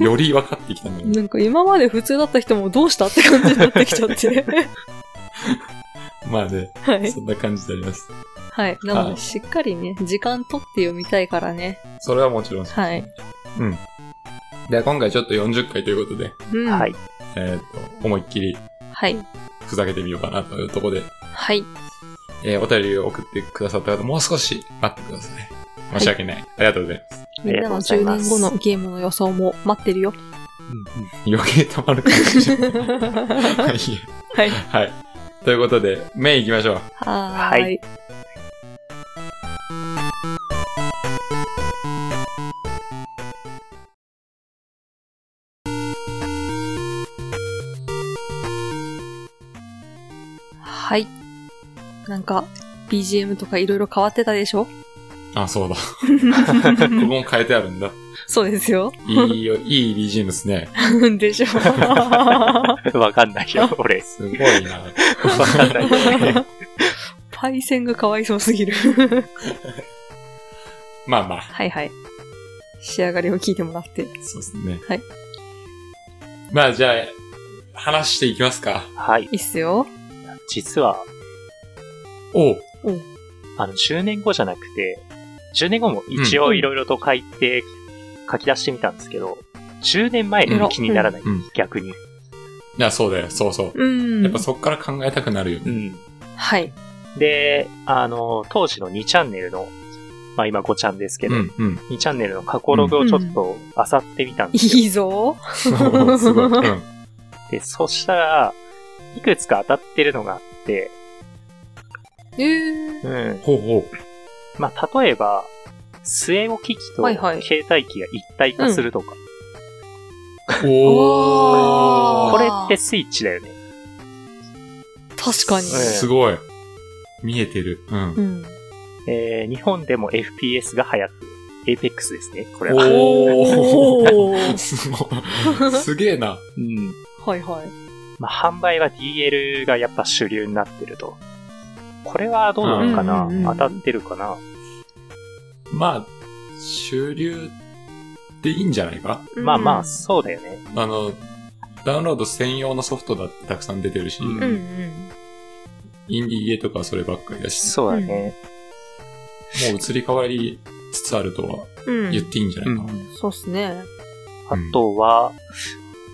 より分かってきたので、
なんか今まで普通だった人もどうしたって感じになってきちゃ
*laughs*
って。
まあね、
はい。
そんな感じであります。
はい。なので、しっかりね、時間取って読みたいからね。
それはもちろん。
はい。
うん。では今回ちょっと40回ということで、
うん。
は
はい。
い。
えっ、と、思いっきり
はい。
ふざけてみようかなというところで、えーお便りを送ってくださった方、もう少し待ってください。申し訳ない。ありがとうございます。
みんなの10年後のゲームの予想も待ってるよ。
余計溜まる感じじ *laughs* ゃないまあいいや
はい。
はい。ということで、メイン行きましょう。
は
は
ー
い
い。はい。なんか、BGM とかいろいろ変わってたでしょ
あ、そうだ。ここも変えてあるんだ。
そうですよ。 *laughs*
いいよ、いい BGM ですね。
でしょ *laughs*
わかんないよ、俺。
すごい *laughs* な。
わかんないよ、ね。
パイセンがかわいそうすぎる。
まあまあ、
はいはい。仕上がりを聞いてもらって。
そうですね。
はい。
まあじゃあ、話していきますか。
はい。
いいっすよ。
実は、
おう。
あの、10年後じゃなくて、10年後も一応いろいろと書いて、書き出してみたんですけど、10年前の気にならない、
うん
逆に。
いや、そうだよ。そうそう。
うん。
やっぱそっから考えたくなるよ
う
ね。
ん。
はい。
で、あの、当時の2チャンネルの、まあ今5チャンですけ
う
ど、
ん、 *laughs* うん。
2チャンネルの過去ログをちょっと漁ってみたんですよ。
*laughs* いいぞ。
そうすごい。うん。
で、そしたら、いくつか当たってるのがあって、
えー。
うん。
ほうほ
まあ、例えば、末置き機と
はいはい
携帯機が一体化するとか。
う。お
おー
ー。
これってスイッチだよね。
確かに。
え
すごい。見えてる。うん。
うん。
えー、日本でも FPS が流行ってる。Apex ですね、これは。
おー。
ー
*laughs* すごい。すげえな。
うん。
*laughs* はいはい。
まあ、販売は DL がやっぱ主流になってると。これはどうなのかな、
うんうんうんうん
当たってるかな
まあ、主流っていいんじゃないか
まあま
う
あ、
ん
そうだよね。
あの、ダウンロード専用のソフトだってたくさん出てるし、
うん
うんうん。
インディーゲとかはそればっかりだし、
そうだね。
もう移り変わりつつあるとは
うん。
言っていいんじゃないかな。
うん
そうっすね。
うん
あとは、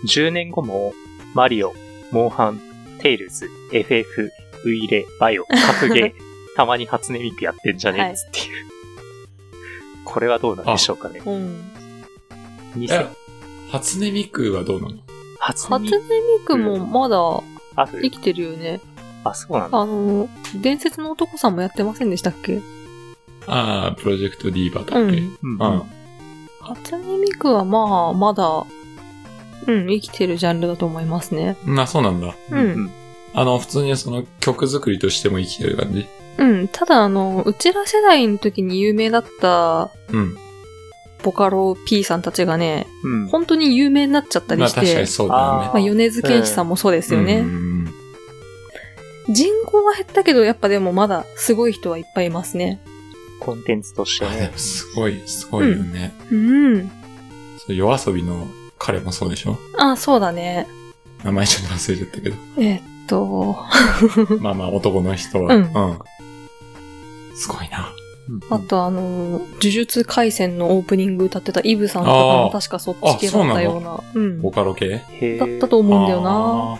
10年後も、マリオ、モンハン、テイルズ、FF、ウイレ、バイオ、格ゲー、
*laughs*
たまに初音ミクやってんじゃねえっつっていう。これはどうなんでしょうかね。
うん。
2000
え初音ミクはどうなの
初
初音
音
ミ
ミク
クもまだ
ある
生きてるよね。
あ、そうなんだ。
あの、伝説の男さんもやってませんでしたっけ
ああ、プロジェクトディーバーだっけ、
う
うん
ん。
うん
うん。
初音ミクはまあ、まだ、うん、生きてるジャンルだと思いますね。
な、そうなんだ。
うん
あの、普通にその曲作りとしても生きてる感じ。
うん、ただあの、うちら世代の時に有名だった
うん。
ボカロ P さんたちがね、
うん。
本当に有名になっちゃった
ま
り
あ
して、
確かにそうだよね。
まあ、米津玄師さんもそうですよ
う
ね。
ん
人口は減ったけど、やっぱでもまだすごい人はいっぱいいますね。
コンテンツとして
あで
ね
も。すごい、すごいよね。
うん。
そう夜遊びの彼もそうでしょ
あ、そうだね。
名前ちょっと忘れちゃったけど。
えっと、
まあまあ男の人は。
うん
うんすごいな。
あとあの、呪術廻戦のオープニング歌ってたイブさんとかも
あー
確かそっち系だったような。うん。
ボカロ系
へ
だった
ー
と思うんだよな。
あー。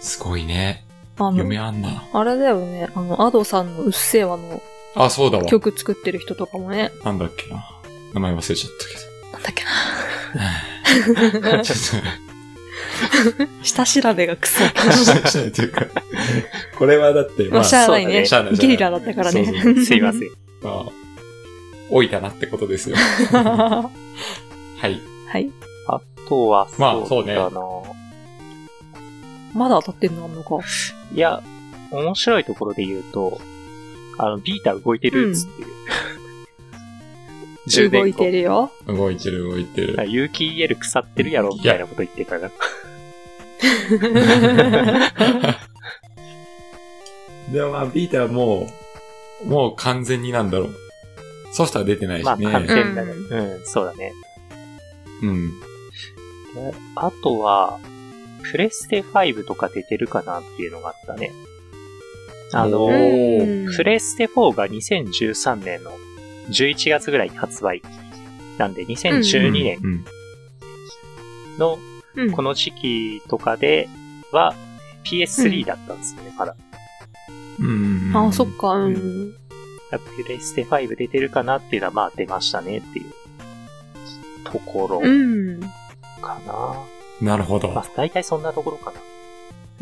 すごいね。
あ
夢
の、
あんな。
あれだよね。あの、アドさんのうっせぇわの
あ、そうだわ。
曲作ってる人とかもね。
なんだっけな。名前忘れちゃったけど。
なんだっけな。
ちょっと
下調べがク
*laughs*
ソ。
しないというか、これはだって、ま
ま
あ、
あ、しゃあないね
そうだねしゃあない。
ゲリラだったからね。
そうそう
すいません。
まあ、置いたなってことです
*laughs*
よ。
は
はい。
い。
あとは、
まあ
そ
そうう
だ
ね
な、
まだ当たってんのあんのか。
いや、面白いところで言うと、あの、ビータ動いてるっつっていう。
動
10年
い
後
て。る
*laughs*
よ。
動いてる動いてる。
有機 EL 腐ってるやろみたいなこと言ってたな。
でもまあ、ビータはもう、もう完全になんだろう。ソフトは出てない
まあ、
し
完
ね。
全だね。
う
うん、そうだね。
うん。
であとは、プレステ5とか出てるかなっていうのがあったね。あの、
おー
うん
プレステ4が2013年の11月ぐらいに発売。なんで、2012年
うん。
の
うん
この時期とかでは PS3 だったんですよね、まだ。
うん。
あ、そっか、うん。
プレステ5出てるかなっていうのは、まあ出ましたねっていうところ
うん。
かな。
なるほど
ま。あ大体そんなところかな。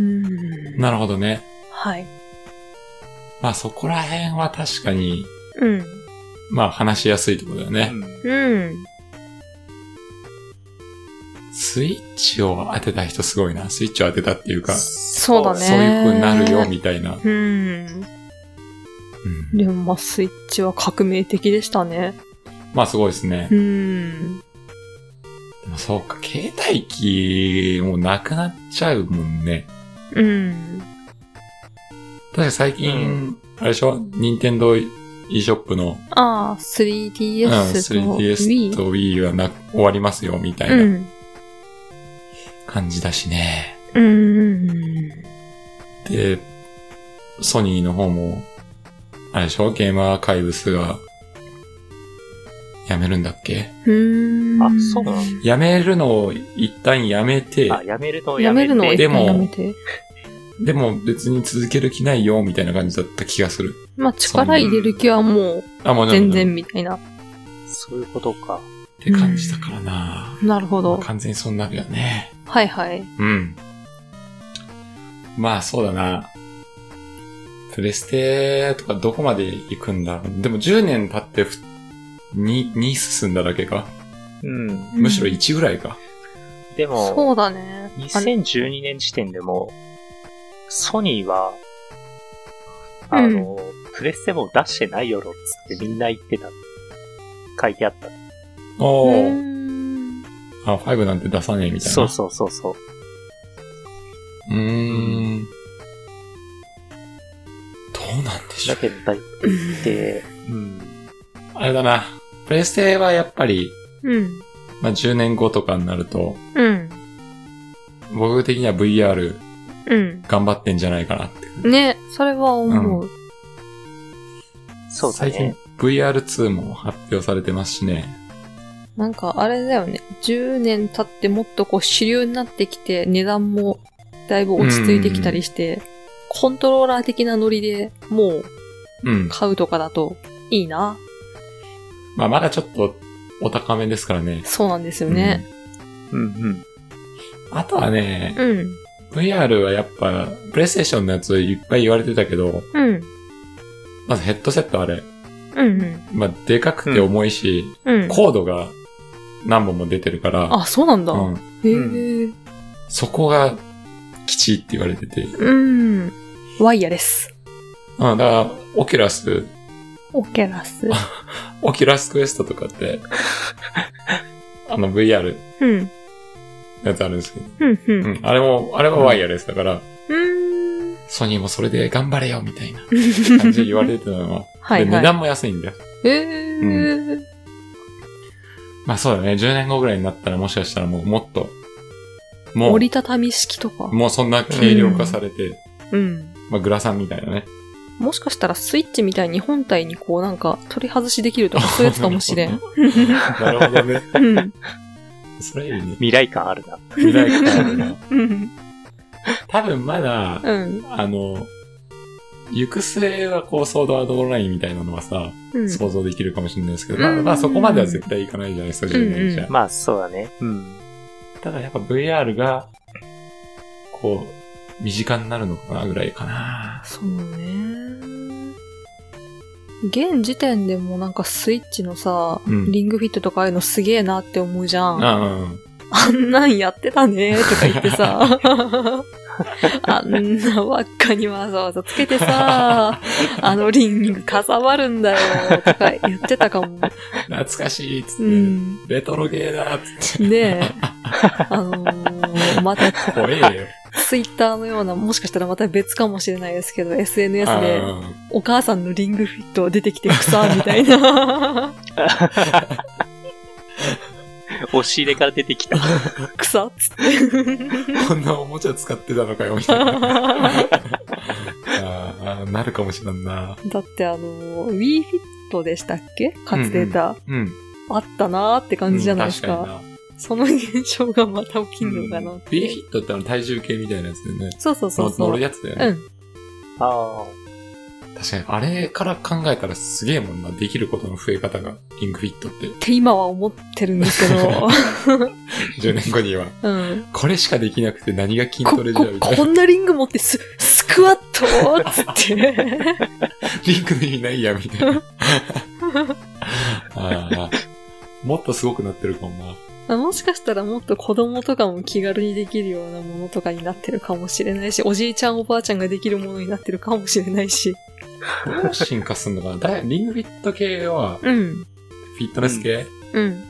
うん。
なるほどね。
はい。
まあそこら辺は確かに、
うん。
まあ話しやすいところだよね。
うん。
スイッチを当てた人すごいな。スイッチを当てたっていうか、そ
そうだね。
ういう風になるよ、みたいな。
うん。
うん
でもまあ、スイッチは革命的でしたね。
まあすごいですね
う。ん。
でもそうか、携帯機もうなくなっちゃうもんね。
うん。
確か最近、
うん
あれでしょ任天堂 e ショップの、
ああ、
うん、
3DS と
3DS
Wii。
と Wii はな終わりますよ、みた
う。
いなん感じだしね。
うん。
で、ソニーの方も、あれでしょゲーマーアーカイブスが、辞めるんだっけ
うーん。
あそうなの
辞めるのを一旦辞めて、
あ、やめると
や
や
め
め
るのを一
て。
で
旦
も
やめて。
でも別に続ける気ないよ、みたいな感じだった気がする。
まあ、力入れる気はもう
あ、もう
全。然みたいな。
そういうことか。
って感じだからな。
なるほど。
完全にそんなるよね。
はいはい。
うん。まあそうだな。プレステとかどこまで行くんだろう。でも10年経ってふ、に、に進んだだけか。
うん。
むしろ1ぐらいか。
でも、
そうだね。あれ
2012年時点でも、ソニーは、あの、プレステも出してないよろっつってみんな言ってた。書いてあった。
お
う
ー。
ーん
あ、5なんて出さねえみたいな。
そうそうそうそ
う。
う。
うーん。どうなんでしょ
だ
う。
けど、だって、うん。
あれだな。プレステはやっぱり、
うん。
まあ、10年後とかになると、
うん。
僕的には VR
う
頑張ってんじゃないかなって。
ん。ね、それは思う。
そうだ
最近
ね。
VR2 も発表されてますしね。
なんかあれだよね。10年経ってもっとこう主流になってきて、値段もだいぶ落ち着いてきたりして、コントローラー的なノリでもう
うん。
買うとかだといいな。
まあ、まだちょっとお高めですからね。
そうなんですよね。
うんうん。
あとはね、
うん。
VR はやっぱ、プレイステーションのやついっぱい言われてたけど、
うん。
まずヘッドセットあれ。
うん。うん。
まあ、でかくて重いし、
うん。
コードが何本も出てるから、
あ、そうなんだ。
うん、
へえ。
そこがきちいって言われてて。うん、
うん。ワイヤレス。
だから、オキュラス、
オケラス。
オキュラスクエストとか
*laughs*
って、あの VR
うん。
のやつあるんですけど、
うん。う。
うんん、あれも、あれはワイヤレスだから、
うーん。
ソニーもそれで頑張れよ、みたいな感じで言われてたのは、
はい
で
は
値
い。
段も安いんだよ。
えー
まあそうだね、10年後ぐらいになったらもしかしたらもうもっと、も
折り
う、
たたみ式とか。
もうそんな軽量化されて、
うん。
まあグラサンみたいなね。
もしかしたらスイッチみたいに本体にこうなんか取り外しできるとかそういうやつかもしれん。
*laughs* なるほどね。
うん。
それいいね。
未来感あるな。
未来感あ
*laughs*
るな。
うん。
多分まだ、
うん。
あの、行く末はこう、ソードアートオンラインみたいなのはさ、
うん。
想像できるかもしれないですけど、
うん
まあ、まあそこまでは絶対いかないじゃないですか、10年じゃ。
まあ、そうだね。うん。
ただやっぱ VR が、こう、身近になるのかなぐらいかな。
そうね。現時点でもなんかスイッチのさ、
うん
リングフィットとかああいうのすげえなって思うじゃん。あ
うん。
んなんやってたねとか言ってさ。あんな輪っかにわざわざつけてさ、あのリングかさばるんだよとか言ってたかも。
懐かしいっつって、
うん。
レトロゲーだっつって。
ねえ。あのーまた、
怖えよ。
ツイッターのような、もしかしたらまた別かもしれないですけど、SNS で、
う
お母さんのリングフィット出てきて草みたいな、
押し入れから出てきた。
草っつって。
んこんなおもちゃ使ってたのかよ、みたいな。あーあー、なるかもしれんな。
だってあのー、Wii Fit でしたっけ活データ、
うん。
あったなーって感じじゃないですか。
うん確かにな。
その現象がまた起きんのかなって。
ビーヒットってあの体重計みたいなやつだよね。
そうそうそうそ
乗
う。
るやつだよ
う
ね。
ん。
ああ。
確かに、あれから考えたらすげえもんな。できることの増え方が、リングフィットって。
って今は思ってるんですけ
*laughs*
ど、
10年後には。
うん。
これしかできなくて何が筋
こ
トレじゃみた
こ
い
こ。
な
んなリング持ってス、スクワットっつって。 *laughs*
リンクの意味ないや、みたいな。ああ。もっとすごくなってるかもな。
まあもしかしたらもっと子供とかも気軽にできるようなものとかになってるかもしれないし、おじいちゃんおばあちゃんができるものになってるかもしれないし。
どう進化すんのかな *laughs* だいリングフィット系は、
うん。
フィットネス系、
うん。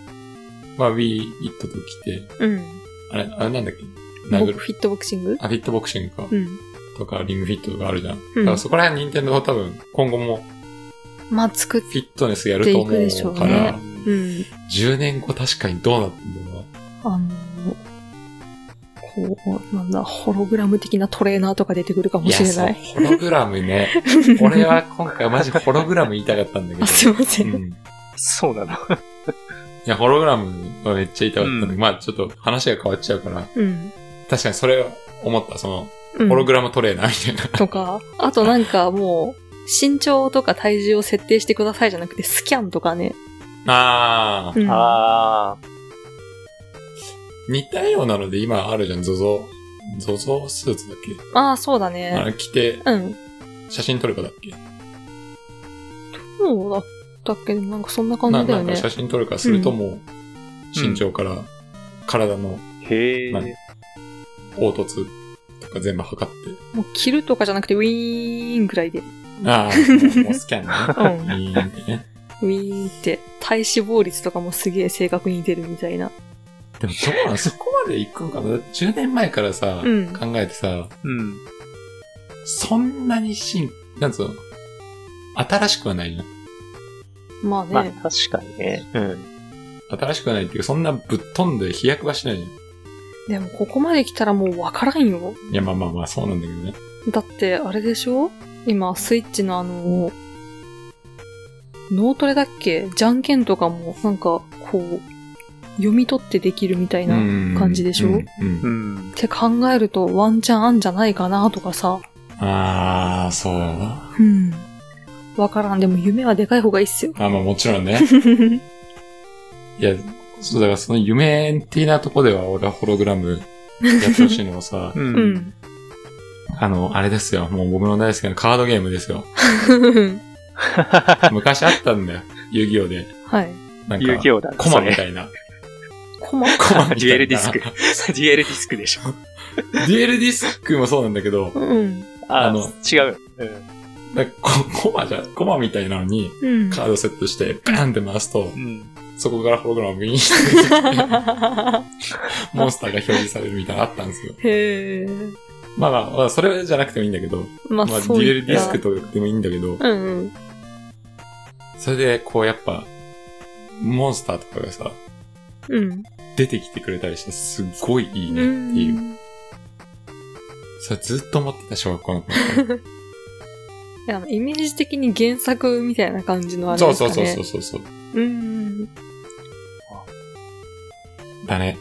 まあ、Wii It と来て、
うん。
あれ、あれなんだっけ
ボ
殴
ク
る。
フィットボクシング
あ、フィットボクシングか。
うん。
とか、リングフィットとかあるじゃ
う
ん。
ん
だからそこら辺、任天堂は多分、今後も
まあ、作っ
フィットネスやると思
で
う
いくでしょう
か
ね
ら、
うん。
10年後確かにどうなってんだろ
あの、こう、なんだ、ホログラム的なトレーナーとか出てくるか
う
も
な。
しれない。
そう、ホログラムね。
*laughs*
俺は今回マジホログラム言いたかったんだけ
あ
ど。
すいませ。
うんん。
そうなの。
いや、ホログラムはめっちゃ痛かったんだけど、
うん
まあちょっと話が変わっちゃうから、
うん。
確かにそれは思った、その、
うん
*laughs* ホログラムトレーナー
*laughs*
みたいな。
とか、あとなんかもう、身長とか体重を設定してくださいじゃなくて、スキャンとかね。
あー、
うん、
あ
似たようなので今あるじゃん、ゾゾ。ゾゾスーツだっけ
ああ、そうだ
あ
ね。
れ着て、
うん。
写真撮ればだっけ
そうだったっけど、なんかそんな感
な
じだ
な
よ
んか
ね。
写真撮るかするともう、
うん
身長から体の
ー、へ
何
え。
凹凸とか全部測って。
もう着るとかじゃなくて、ウィーンぐらいで。
*laughs* ああ、もうスキャン
うん。
ね。いいね。 *laughs*
ウィーンって、体脂肪率とかもすげえ正確に出るみたいな。
でもどうなのそこまで行くのかな ?10 年前からさ、
うん
考えてさ、
うん。
そんなに新、なんつうの新しくはないじゃん。
まあね。
まあ確かにね。うん。
新しくはないっていうか、そんなぶっ飛んで飛躍はしないじゃん。
でもここまで来たらもうわからんよ。
いや、まあまあまあ、そうなんだけどね。
だって、あれでしょ今、スイッチのあの、脳トレだっけじゃんけんとかも、なんか、こう、読み取ってできるみたいな感じでしょ、
うん
っ
うん
うん。
て考えると、ワンチャンあんじゃないかなとかさ。
ああ、そうだな。
うん。わからん。でも夢はでかい方がいいっすよ。
あまあもちろん
*laughs*
ね。いや、そうだからその夢的なとこでは俺はホログラムやってほしいのはさ
*laughs* 、う。
うんん。 *laughs*
あの、あれですよ。もう僕の大好きなカードゲームです
*laughs*
よ。昔あったんだよ。遊戯王で。
はい。
なん
遊
か、
戯王だね。
コマ
そ
み
れ
たいな。
コマ
コマみたいな。
デュエルディス *laughs* ク。デ。ュエルディスクでしょ。
デュエルディスクもそうなんだけど、
うん。
あ
あの
の、違う。うん
なんかココマじゃん、コマみたいなのに、
うん。
カードセットして、バーンって回すと
う、ん。
そこからホログラムがインして、
へ
モンスターが表示されるみたいなのあったんですよ。
え。
まあまあ、まあ、それじゃなくてもいいんだけど、
まあ、
まあ、デ
そう
ュエ
い
ル
っ
ディス
た
クとでもいいんだけど、
うんうん。
それで、こうやっぱ、モンスターとかがさ、
うん。
出てきてくれたりして、すっごいいいねっていう。
ん。
それずっと思ってた小学校の頃。
いやイメージ的に原作みたいな感じのあれ
そう
です
そ
か
う
ね。
そうそうそうそう。
う。うん。
だね。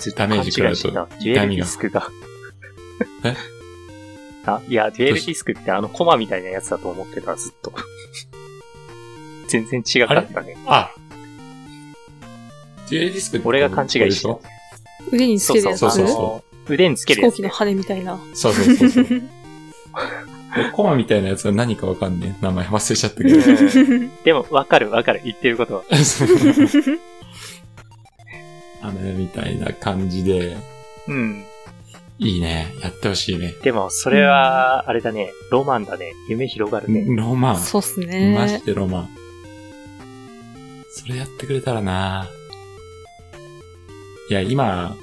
ずっと
ダメージ食らうと
勘違いしてたデュエルディスクが。
え
*laughs* あ、いや、デュエルディスクってあのコマみたいなやつだと思ってた、ずっと。 *laughs* 全然違かったね。
あデュエルディスクって
俺が勘違いしてた
こ
腕につ
そ
ける
うそう
やつ
そう
そうそう
そう。腕につけ
飛
るや
行
つ
機
ね
の。羽みたいな。
れでしょそうそうそうそう。でコマみたいなやつは何かわかんねえ。名前忘れちゃったけど。
うんでも、わかるわかる。言ってることは。 *laughs*
あの、みたいな感じで、
うん。
いいね。やってほしいね。
でも、それは、あれだね。ロマンだね。夢広がるね。
ロマン。
そうっす
マジ
ね。
でロマン。それやってくれたらないや、今、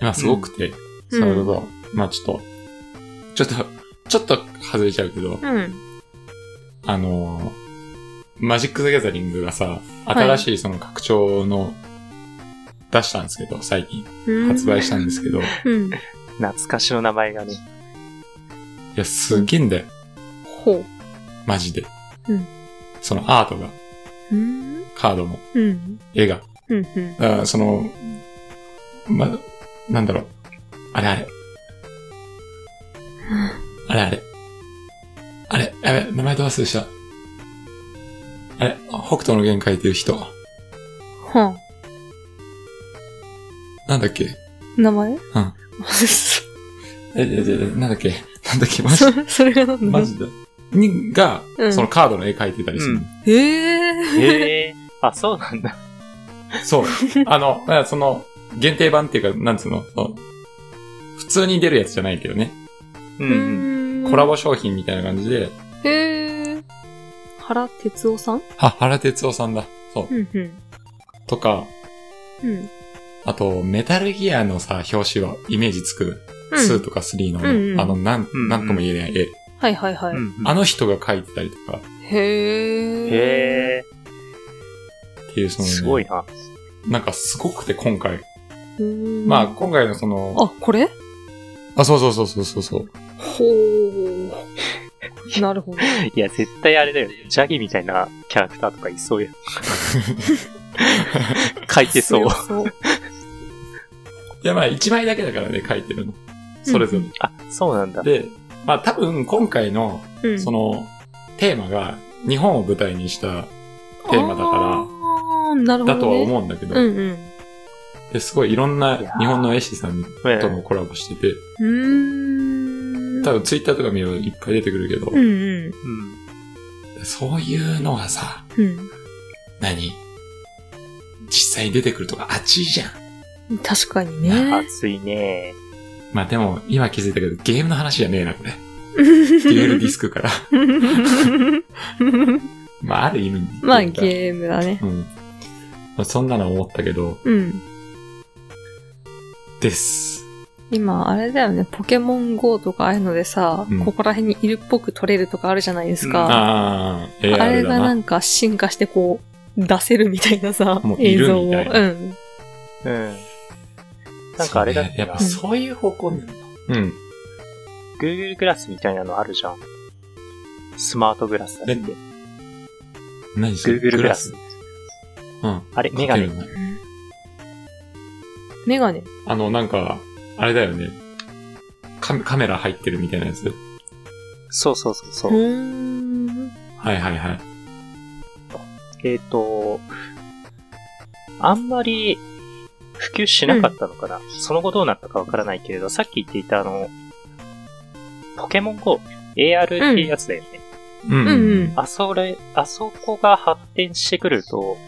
今すごくて、
うん
それこそ、まあちょっと、ちょっと、ちょっと外れちゃうけ
う
ど、
ん。
あのー、マジック・ザ・ギャザリングがさ、
い
新しいその拡張の、出したんですけど、最近、
うん
発売したんですけど、い
うん。
懐かしの名前がね。
や、すげえんだよ、
ほう。
マジで。
うん
そのアートが、
うん。
カードも、
うん。
絵が、
うん。うん。
あーその、ま、なんだろう。あれあれ。あれあれ。あれ、やべ、名前どう忘れした。あれ、北斗の弦書いてる人。
は
なんだっけ
あ。名前うん。
え、え、え、なんだっけなんだっけマジ
そそれが何だ
マジで。に、が、
うん
そのカードの絵描いてたりする。
ええ。
へえ。あ、そうなんだ。
そう。あの、だからその、限定版っていうか、なんつうのその普通に出るやつじゃないけどね。
う。
うんん
コラ。ボ商品みたいな感じで、
へえ。原哲夫さん
あ、原哲夫さんだ。そう。
うん。うん。
とか、
うん。
あと、メタルギアのさ、表紙はイメージつく。
うん
2とか3の、
うんうん
あの、なん
う、ん
なんとも言えない絵。
はいはいは
う
い。
ん
あの人が描いてたりとか、
へえ。
へえ。
っていうその、ね、
すごい。な。
なんかすごくて今回。
うん
まあ、今回のその、
あ、これ
あ、そうそうそうそうそうそう。
ほう。 *laughs* なるほど。
*laughs*
いや、絶対あれだよ。ジャギみたいなキャラクターとかいそうや。書いてそう
強。そう。
いや、まあ、1枚だけだからね、書いてるの。 *laughs* それぞれ。
あ、そうなんだ。
で、まあ、多分、今回の、
うん
その、テーマが、日本を舞台にしたテーマだか
あーなるほど、ね。
ら、だとは思うんだけど、
うんうん。
ですごいいろんない
やー
日本の絵師さん
ええ
ともコラボしてて、
うーん。
多分ツイッターとか見るといっぱい出てくるけど、
うんうん。
うん。
そういうのはさ、
う
何実際に出てくるとか熱いじゃん。
ん。確かにね。
暑いね。
まあでも、今気づいたけど、ゲームの話じゃねえな、これ。
デ
デュエルディ
ス。
スクから。 *laughs* まあ、ある意味に。
*laughs* まあゲームだね。
うん。まあ、そんなの思ったけど、
うん。
です。
今、あれだよね、ポケモン GO とかああいうのでさ、
うん
ここら辺にいるっぽく取れるとかあるじゃないですか。
ああ、AR
あれが
だ
な
な。
んか進化してこう、出せるみたいなさ
も、うい
映
る
像を。
み
う。
たいなん
うん。なんかあれだっ
そうね
け
やっ
な
ぱ、そういう方向なんだ。うん。
Google グラスみたいなのあるじゃん。スマートグラスだ
え
っけ
何それ
Google グラス。。
うん。
あれ、メガネ
か。けるの
メガネ。
あの、なんか、あれだよね。カメカメラ入ってるみたいなやつ。
そうそうそう
う
そう。
ーん。
はいはいはい。
えっ、と、あんまり普及しなかったのかな。その後どうなったかわからないけれど、さっき言っていたあの、ポケモン GO、AR っていうやつだよね。
うん
うんうん。
あそれ、あそこが発展してくると、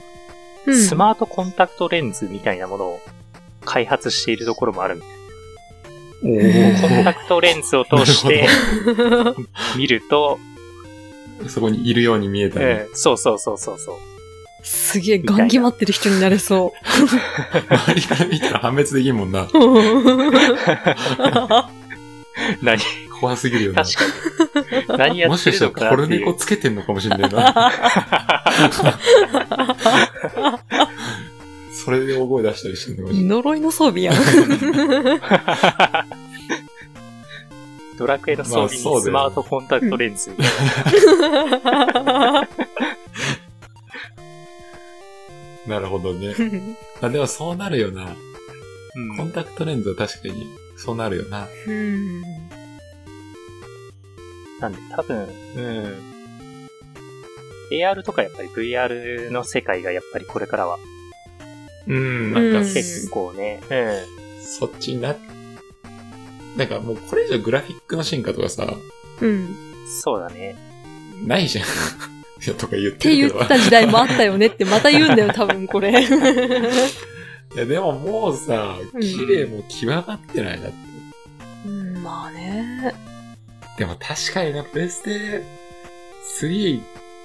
うん
スマートコンタクトレンズみたいなものを開発しているところもあるみた
お
いな。コン
ー
タクトレンズを通
*laughs*
して見ると、
そこにいるように見えたり。
うんそうそうそうそうそう。
すげえ、ガン決まってる人になれそ
*laughs* 周りから見たら判別できんもんな。 *laughs*
う。
何
怖すぎるよな。
確か
*laughs*
に。何や
も
っ
してかし
る
た
の
らコ
かな
ル
って
ネ
い
コ
う。
つけてんのかもしれないな。 *laughs* それで大声出したりしてるのかもしれない。
呪いの装備やん。
*laughs* ドラクエの装備
まあ
に
そうだよね
スマートコンタクトレンズみたいな。
なるほどね。あでもそうなるよな。コ
うん
ンタクトレンズは確かにそうなるよな。
うん
なんで多分、うん。AR とかやっぱり VR の世界がやっぱりこれからは
うん、なん
う
か、
ん
結構ね、う
そっちにな、なんかもうこれ以上グラフィックの進化とかさ、
うん。
ん。そうだね。
ないじゃん。 *laughs* いや、とか言っ
って
て
言
る
っ
けど。
た時代もあったよねってまた言うんだよ、多分これ。
*laughs* いや、でももうさ、
うん
綺麗も極まってないなって。
うんまあね。
でも確かにな、プレステ3、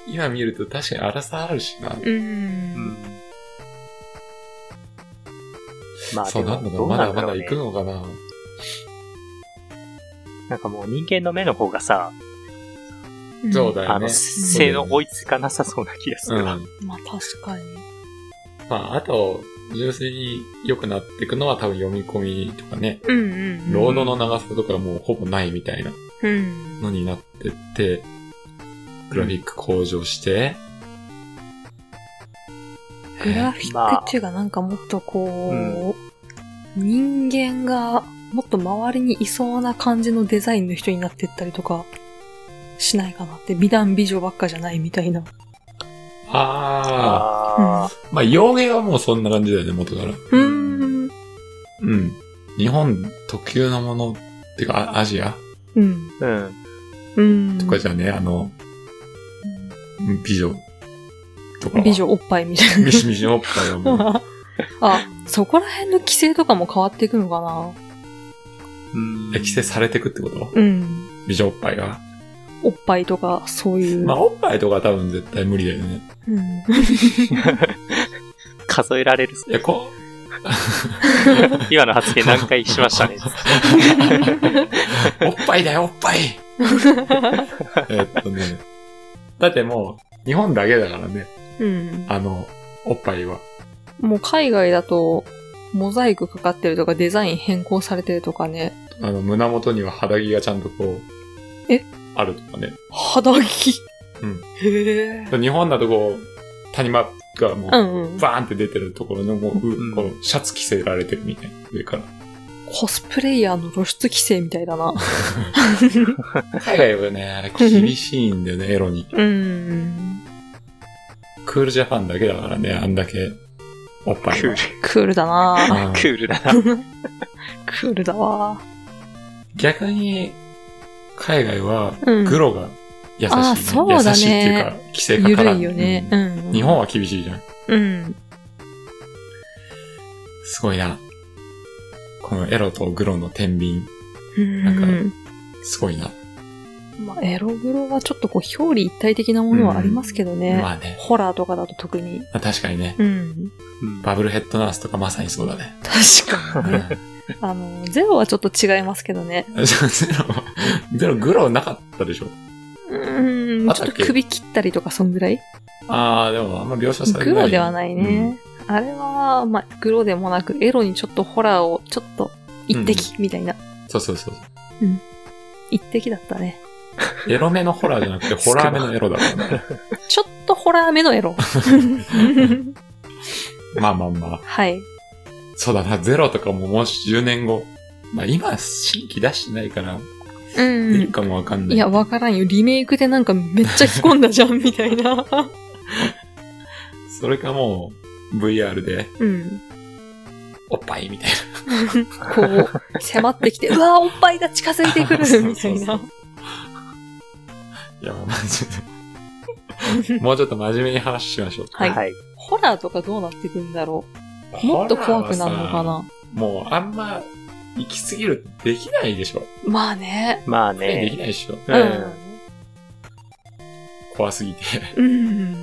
今見ると確かに荒さあるしな。
う。
うんん。まあ
そ
で
うなん
も、
のか
どう
ま
な
だ
ん
ま
だろ
だ
う
行
ね
く。のかな。
なんかもう人間の目の方がさ、
そうだよ
あの、
ね。
性能追いつかなさそうな気がす
う
る
ん
な。。
まあ確かに。
まあ、あと、純粋に良くなっていくのは多分読み込みとかね、
うんうん
ロードの長さとかもうほぼないみたいな
うん。
のになってって、グラフィック向上して、
グラフィックっていうかなんかもっとこう、人間がもっと周りにいそうな感じのデザインの人になってったりとかしないかなって、美男美女ばっかじゃないみたいな。
ああ、
ああ、
まあ、洋芸はもうそんな感じだよね、元から。
うん。
うん。日本特有のものってか、あアジア
うん。
うん。
うん。
とかじゃね、あの、美女とかは。
美女おっぱいみたいな
ミ。シミシのおっぱいはもう
あ、そこら辺の規制とかも変わっていくのかな
うん
え規制されてくってこと
うん。
美女おっぱいが。
おっぱいとか、そういう。
まあ、おっぱいとかは多分絶対無理だよね。
うん。
数えられる。
いや、 *laughs* こ
今の発言何回しました
*laughs*
ね。
う、おっぱいだよ、おっ *laughs* ぱいえっとね。だってもう、日本だけだからね。
うん。
あの、おっぱいは。
もう海外だと、モザイクかかってるとか、デザイン変更されてるとかね。
あの、胸元には肌着がちゃんとこう、
え
あるとかね。
肌着。
うん
へえ。
日本だとこう、谷間がもう、
うんうん。
バーンって出てるところの、もう、
うん
こうシャツ着せられてるみたいな、上から。
コスプレイヤーの露出規制みたいだな。
海外はね、あれ厳しいんだよね、エロに。
うん。
クールジャパンだけだからね、あんだけ、おっ
ク
ぱい
ー
が
ル。。
クールだ
う
な。
*laughs* ん
クールだな。
クールだわ。
逆に、海外は、
うん。
グロが優しい、ね
あーそうだね
優しいっていうか、規制か
ゆ
から
る
ん
いよね。
う
うんん。
日本は厳しいじゃん。
うん。
すごいな。このエロとグロの天秤、
うん。
なんすごいな。
まあ、エログロはちょっとこう、表裏一体的なものはありますけどね。
まあね。
ホラーとかだと特に。
まあ確かにね。
うん。
うん
バブルヘッドナースとかまさにそうだね。
確かに
*laughs*
ね。あの、ゼロはちょっと違いますけどね。
ゼロは、ゼログロなかったでしょ。
うん。
あっ
ち
た
ょ
っ
っ
け
と首切ったりとか、そんぐらい
ああ、でもあんま描写されない。
グロではないね。あれは、まあ、グロでもなく、エロにちょっとホラーを、ちょっと、一滴、みたいな。
うん。そうそうそう。
一滴だったね。
エロ目のホラーじゃなくて、ホラー目のエロだからね。
ちょっとホラー目のエ
*laughs*
ロ。
まあまあまあ。
はい。
そうだな、ゼロとかももう10年後。まあ今、新規出してないから、
う
いい
ん。
かもわかんない。
いや、わからんよ。リメイクでなんかめっちゃ着込んだじゃん、みたいな。
それかも *laughs* う、VR で、
うん。
おっぱいみたい
こう、迫ってき
*laughs*
て、うわーおっぱいが近づいてくる、みたい
そ
な。
う
*laughs*
な。いや、まあまあちょっともうちょっと真面目に話しましょう。
はい
はい。
ホラーとかどうなってくんだろう。もっと怖くなるのかな。
もう、あんま、行き過ぎる、できないでしょ。
まあね。
まあ
でき
ね。
ないでしょ。
うん。
怖すぎて。
うん。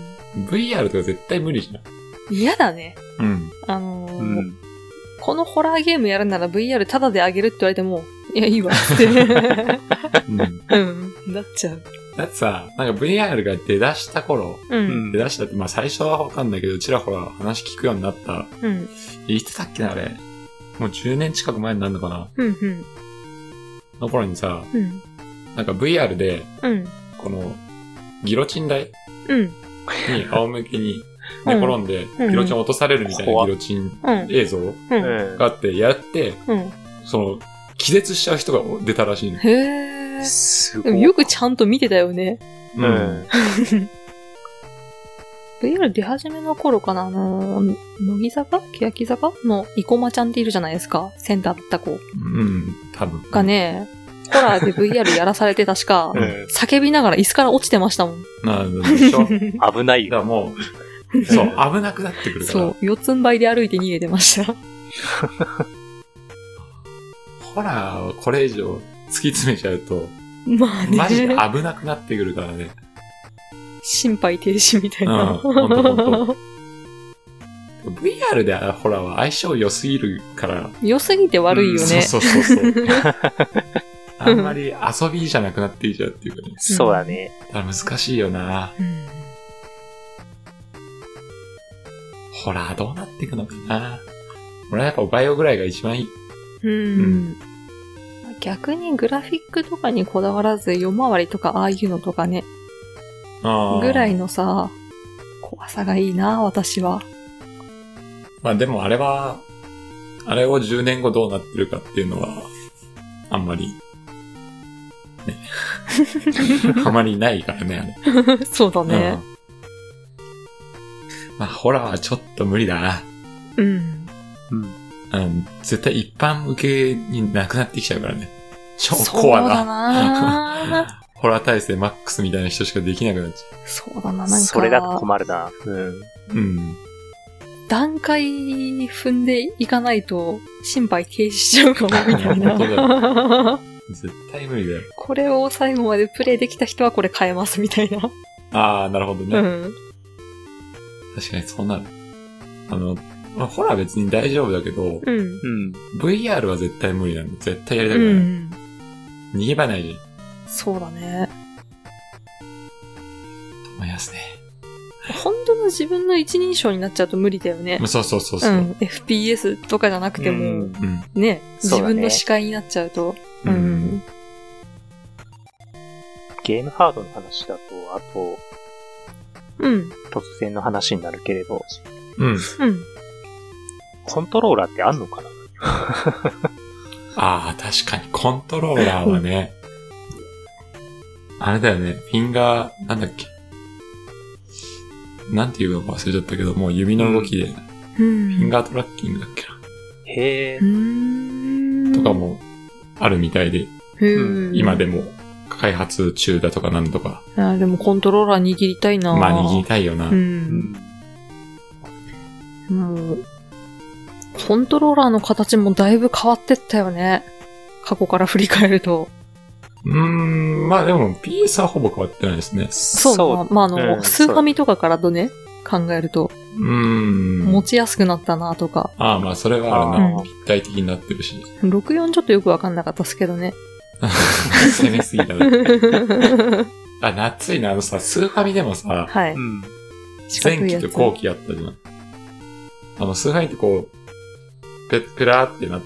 VR とか絶対無理じ
嫌だね。
ゃん。うん。
あのー
うん。
このホラーゲームやるなら VR タダであげるって言われても、いや、いいわって。う
うん。
ん。なっちゃう。
だってさ、なんか VR が出だした頃、
う。
うんん
出。だしたって、まあ最初はわかんないけど、ちらほら話聞くようになった。
うん。
いつだっけな、あれ。もう10年近く前になるのかな。
うん。うん。
の頃にさ、
うん。
なんか VR で、
うん。
この、ギロチン台
うん。
に仰向けに寝転んで、
うん
ギロチン落とされるみたいな
怖っ
ギロチン
うん。
映像
う。
うんん
があって、やって、
うん。
その、気絶しちゃう人が出たらしいの。
へー。
すご
で
い。
もよくちゃんと見てたよね。
う。ん。
VR 出始めの頃かな、あのー、乃木坂欅坂の生駒ちゃんっているじゃないですか。センターだった子
うん、多分。
がね、ホラーで VR やらされて確か
う、ん
叫びながら椅子から落ちてましたもん。
なんだでしょ
*laughs*
だか
危ないよ。
らもう、そう、危なくなってくるから。
そう、四つん這いで歩いて逃げてました。
ホラーをこれ以上突き詰めちゃうと、
まあ
マジで
ね、
危なくなってくるからね。
心肺停止みたい
うん
な。
ほんとほん VR でホラーは相性良すぎるから。
良すぎて悪いよね。
そうそう
*laughs*
そうそう。あんまり遊びじゃなくなっていいじゃんっていうかね。
そうだね。
だから難しいよな。
うん
ホラーどうなっていくのかな。俺はやっぱバイオぐらいが一番いい。
うん逆にグラフィックとかにこだわらず、夜回りとかああいうのとかね、ぐらい。のさ、怖さがいいな、私は。
まあでもあれは、あれを10年後どうなってるかっていうのは、あんまり、ね。あまりないからね、あれ。
そうだね。
うんまあ、ホラーはちょっと無理だ
うん。
うん。
な。うん。絶対一般受けになくなってきちゃうからね。超
そう
コア
だ
な。
な。
ホラー体制マックスみたいな人しかできなくなっちゃ
*laughs* そうだな、なん
それだと
か、
困るな。うん。
う。うん。
段階踏んでいかないと、心肺停止しちゃうかも、みたい
本当だ
な。
絶対無理だよ。
これを最後までプレイできた人はこれ変えます、みたいな。
ああ、なるほどね。
うん。
確かにそうなる。あの、まあ、ホラー別に大丈夫だけど、
うん。
うん。
VR は絶対無理なんで、絶対やりたく
う
ない。
ん。
逃げ場ないじゃん。
そうだね。
思いますね。
本当の自分の一人称になっちゃうと無理だよね
まあ。そうそうそう
う
そう。
ん。FPS とかじゃなくても、
うん。
ね、自
そうだね
分の視界になっちゃうと。
う
うんん。
ゲームハードの話だと、あと、
うん。
突然の話になるけれど、
うん。
うん。
コントローラーってあんのかな
ああ、確かに、コントローラーはね、あれだよね、フィンガー、なんだっけ。なんていうのか忘れちゃったけど、もう指の動きで、フ
うん。
ィンガートラッキングだっけな、
へえ
う、ーん。
とかも、あるみたいで、
へえ、
今でも、開発中だとかなんとか、
あーでもコントローラー握りたいな
まあ握りたいよな。
うん。もう、コントローラーの形もだいぶ変わってったよね。過去から振り返ると。
うーん、まあでも PS はほぼ変わってないですね。
そうなまあ、あの、
うん。
スーファミとかからとね、考えると、
うーん。
持ちやすくなったなとか、
ああ、まあそれはある
あ
な。
ー
立体的になってるし。 *laughs*
64ちょっとよくわかんなかったっすけどね。
攻めすぎだ
う
な。
ん
あ、夏いな。あのさ、スーファミでもさ、
はいう
ん。
四角
前
い
期
や
と
つ。
後期やったじゃん。あの、スーファミってこう、ペペラーってなっ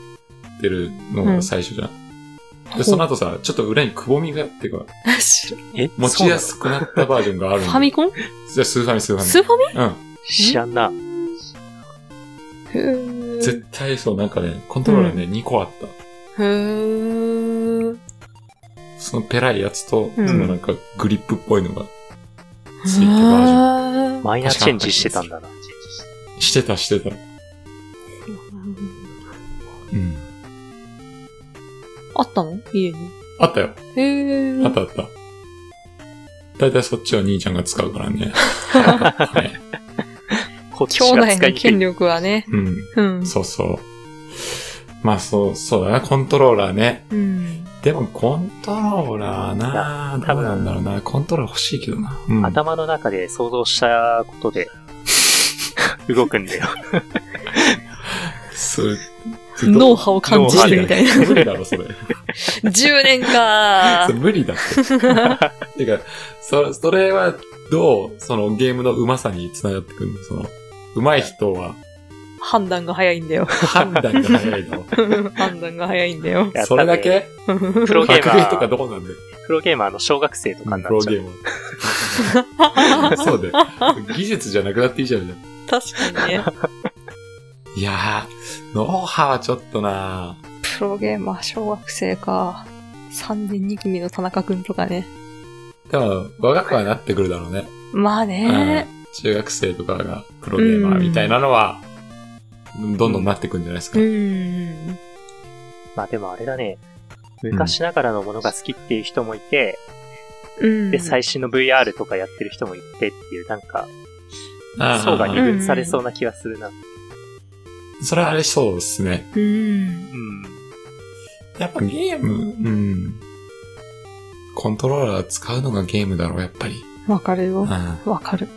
てるのが最初じゃん。で、その後さ、ちょっと裏にくぼみがあってか、
知らん
え、
持ちやす
く。
くなったバージョンがある
フ
んだ
ァミコン
じゃあスーファミ、スーファミ。
スーファミ
うん。
知らんな。
へー
絶対そう、なんかね、コントローラーね、2個あった。
へー
そのペラいやつと、
うん
そのなんかグリップっぽいのがついてバージョ
へー
マイナーチェンジしてたんだな。
ン。してたしてた。うん。
あったの家に。
あったよ。
へえ。
あったあった。だいたいそっちは兄ちゃんが使うから
*laughs*
ね。ね
こっち
兄
が
弟の
使いにく
権
い。
力はね。
うん。
うん。
そうそう。まあそう、そうだな、コントローラーね。
うん。
でもコントローラーな
多
ど
分
うなんだろうな。コントローラー欲しいけどな。うん。
頭の中で想像したこと
*laughs*
で、動くんだよ。
す
脳波を感じるみたいな。
無理だろ、それ。
*laughs* 10年か
それ無理だ
*laughs*
って。てか、そ、それはどう、そのゲームの上手さに繋がってくるのその、上手い人は
判断が早いんだよ。 *laughs*
判断が早
*laughs*
いの。
判断が早いんだよ。 *laughs*
や
それだけ
プロゲー
格
マ
ゲーとか
ー、
どこなんだよ。
プロゲーマーの小学生とかにな
プ
っ
ロ
ちゃ
ゲー
う。
ムは。 *laughs* そうだよ。技術じゃなくなっていいじゃん。
確かにね。
いやー、ノウハウはちょっとな
プロゲーマー小学生か。3年2組の田中くんとかね。
でも、若くはなってくるだろうね。
まあね。
うん中学生とかがプロゲーマーみたいなのは、どんどんなってくんじゃないですか
う。ん。
まあでもあれだね。昔ながらのものが好きっていう人もいて、
うん。
で、最新の VR とかやってる人もいてっていう、なんか、
あー
層が二分されそうな気がするな。
それはあれそうですね。
うん。
うん。
やっぱゲーム、うん。コントローラー使うのがゲームだろう、やっぱり。
わかる
う
よ
ん。。
わかる。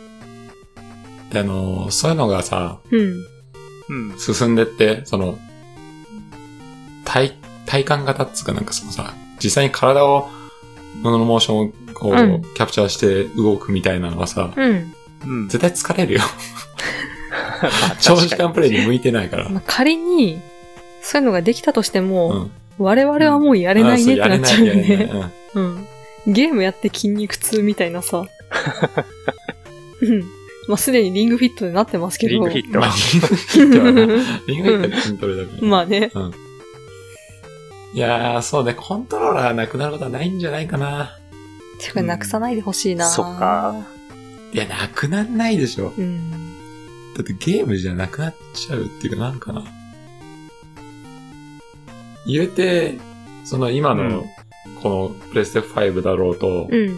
で、あの、そういうのがさ、
うん。
うん。
進んでって、その、体、体感型っつうかなんかそのさ、実際に体を、もののモーションをこう、
うん
キャプチャーして動くみたいなのはさ、
うん。
うん。
絶対疲れるよ。*laughs*
まあ
長時間プレイに向いてないから。
まあ、仮に、そういうのができたとして
う
も、
ん。
我々はもうやれないねってなっちゃうよ
あそうやれないやれ
ね。
ないうん
うん。ゲームやって筋肉痛みたいなさ。うん。まあ、すでにリングフィットになってますけど。
リングフィット
まあ、リングフィットはなリングフィットは筋トレだか
*laughs*
ら。
まあね。
いやー、そうね、コントローラーなくなることはないんじゃないかな。
てか、なくさないでほしいな、
うんそっか。
いや、なくなんないでしょ。
うん。
だってゲームじゃなくなっちゃうっていうか、なんかな。言うて、その今
う
の
ん、
このプレステ5だろうと、
うん。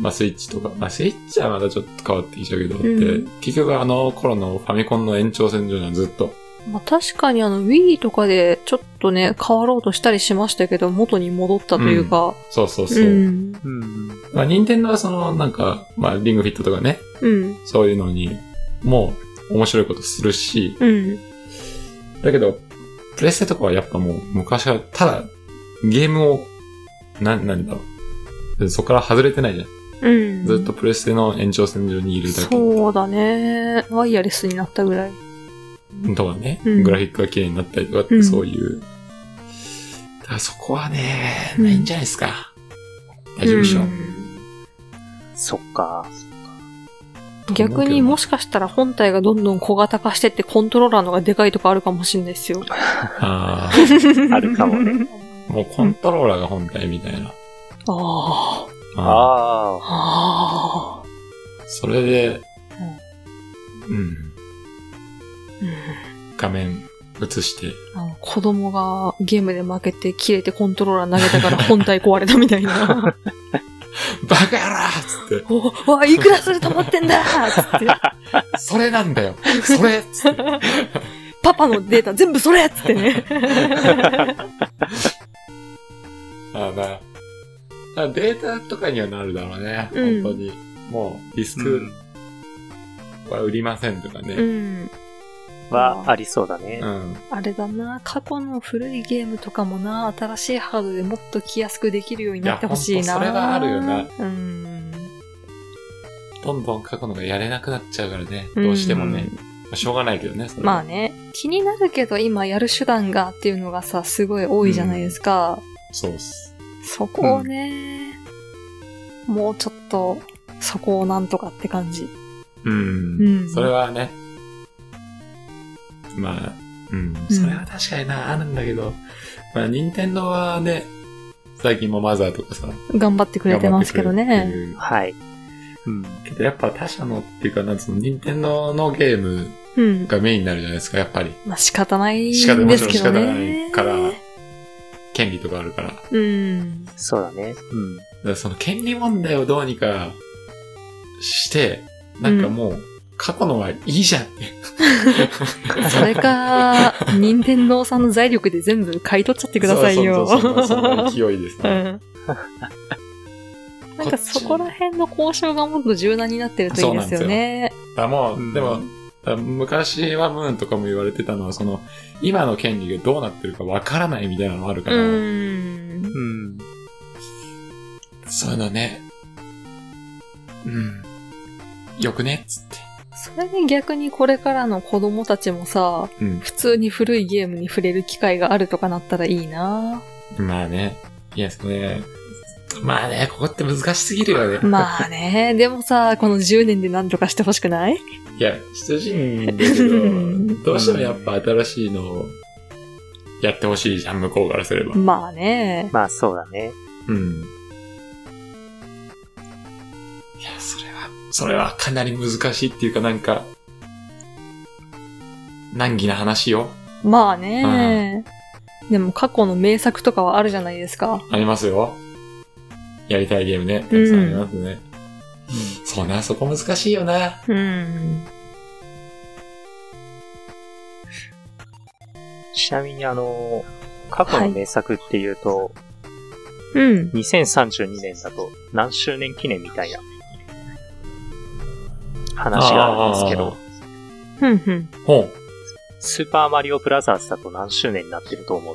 まあスイッチとか、まあスイッチはまだちょっと変わってきちゃうけど、
うん
で結局あの頃のファミコンの延長線上じゃん、ずっと。
まあ、確かにあの、Wii とかでちょっとね、変わろうとしたりしましたけど、元に戻ったというか。
そうそう
う
そう。
ん。
うん。
まあ任天堂はその、なんか、まあリングフィットとかね、
うん。
そういうのに、もう面白いことするし、
うん。
だけど、プレステとかはやっぱもう昔は、ただ、ゲームを、な、なんだろう。そこから外れてないじゃん。
うん。
ずっとプレステの延長線上にいるだけ。
そうだね。ワイヤレスになったぐらい。
とかね、
うん
グラフィックが綺麗になったりとかっ
う
て、
ん
そういう。だからそこはね、
うん
ないんじゃないですか。大丈夫でしょ。
うん
そっか。
逆にもしかしたら本体がどんどん小型化してってコントローラーのがでかいとかあるかもしれないです
*laughs*
よ。
あ
あ
るかもね。
あ、もうコントローラーが本体みたいな。
あ
ああ。
あ
あ。ああ。
それで、うん。
うん
画面映して、
あの子供がゲームで負けて切れてコントローラー投げたから本体壊れたみたい
*laughs*
な。
バカやらーっつって、
お、おい、いくらすると思ってんだつ
*laughs*
って。
それなんだよそれっつって。
パパのデータ全部それっつってね。
*laughs*
ああな。だからデータとかにはなるだろうね。
うん
本当に。もう、ディス
あ。
クは売りませんとかね。
うん。
はありそうだね
う。ん。
あれだな、過去の古いゲームとかもな、新しいハードでもっと着やすくできるようになってほしいな。
いやほんとそれはあるよな
うん。
どんどん過去のがやれなくなっちゃうからね。どうしてもね。まあしょうがないけどね。それは
まあね、気になるけど今やる手段がっていうのがさ、すごい多いじゃないですか。
そうっす。
そこをね、もうちょっと、そこをなんとかって感じ。
うん。
うん。
それはね。まあ、うん。それは確かにな、あるんだけど。まあ、任天堂はね、最近もマザーとかさ。
頑張ってくれてますけど
頑張ってく
ね。
れてる
はい。うん。
けどやっぱ他社のっていうか、なんつうの、任天堂のゲーム
うん。
がメインになるじゃないですか、やっぱり。
まあ仕方ない
仕方
ん
も
で
ち
す
ろん
け
仕
ど
方
ね。
ないから、権利とかあるから。だか
うん。
そうだね。うん。
らその権利問題をどうにかして、なんかもう、過去のはいいじゃんって。
それか、任天堂さんの財力で全部買い取っちゃってくださいよ。
そうそうそうそんなそんな勢いです
う
ね。
ん。なんかそこら辺の交渉がもっと柔軟になってるといいですよね。
あも
うん
う、でも、あ昔はムーンとかも言われてたのは、その、今の権利がどうなってるかわからないみたいなのあるか
う
ら、
ん。
うん。
そういうのね、うん、よくねっつって。
それで逆にこれからの子供たちもさ、
うん。
普通に古いゲームに触れる機会があるとかなったらいいな
まあね、いや、それ、まあね、ここって難しすぎるよね。
まあね、でもさ、この10年で何とかしてほしくない
いや、羊人だけ
うん
*laughs* ど、どうしてもやっぱ新しいのをやってほしいじゃん、向こうからすれば。
まあね。
まあそうだね。
うん。いや、それは、それはかなり難しいっていうかなんか、難儀な話よ。
まあね。でも過去の名作とかはあるじゃないですか。
ありますよ。やりたいゲームね。たくさんありますね。そうな、そこ難しいよな。
うん。
ちなみにあの、過去の名作っていうと、
うん。
2032年だと何周年記念みたいな話があるんですけど、
ふんふん。
ほう。
スーパーマリオブラザーズだと何周年になってると思う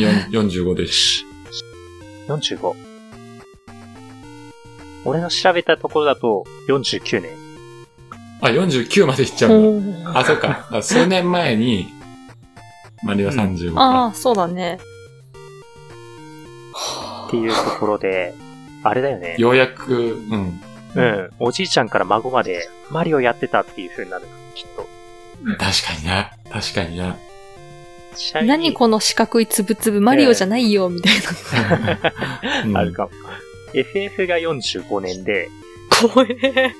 よん45です。 *laughs*
?45。俺の調べたところだと49年。
あ、49までいっちゃうんだ。あ、そっか。あ数年前に、マリオ35
あ
か。
あ、そうだね。
っていうところで、あれだよね。
ようやく、うん。
うん。おじいちゃんから孫までマリオやってたっていう風になる。きっと。
確かにな。確かに
*laughs*
な。
ちなみに
何この四角いつぶつぶ、マリオじゃないよ、みたいな。
うん
あるかも。FF が45年で、
怖え。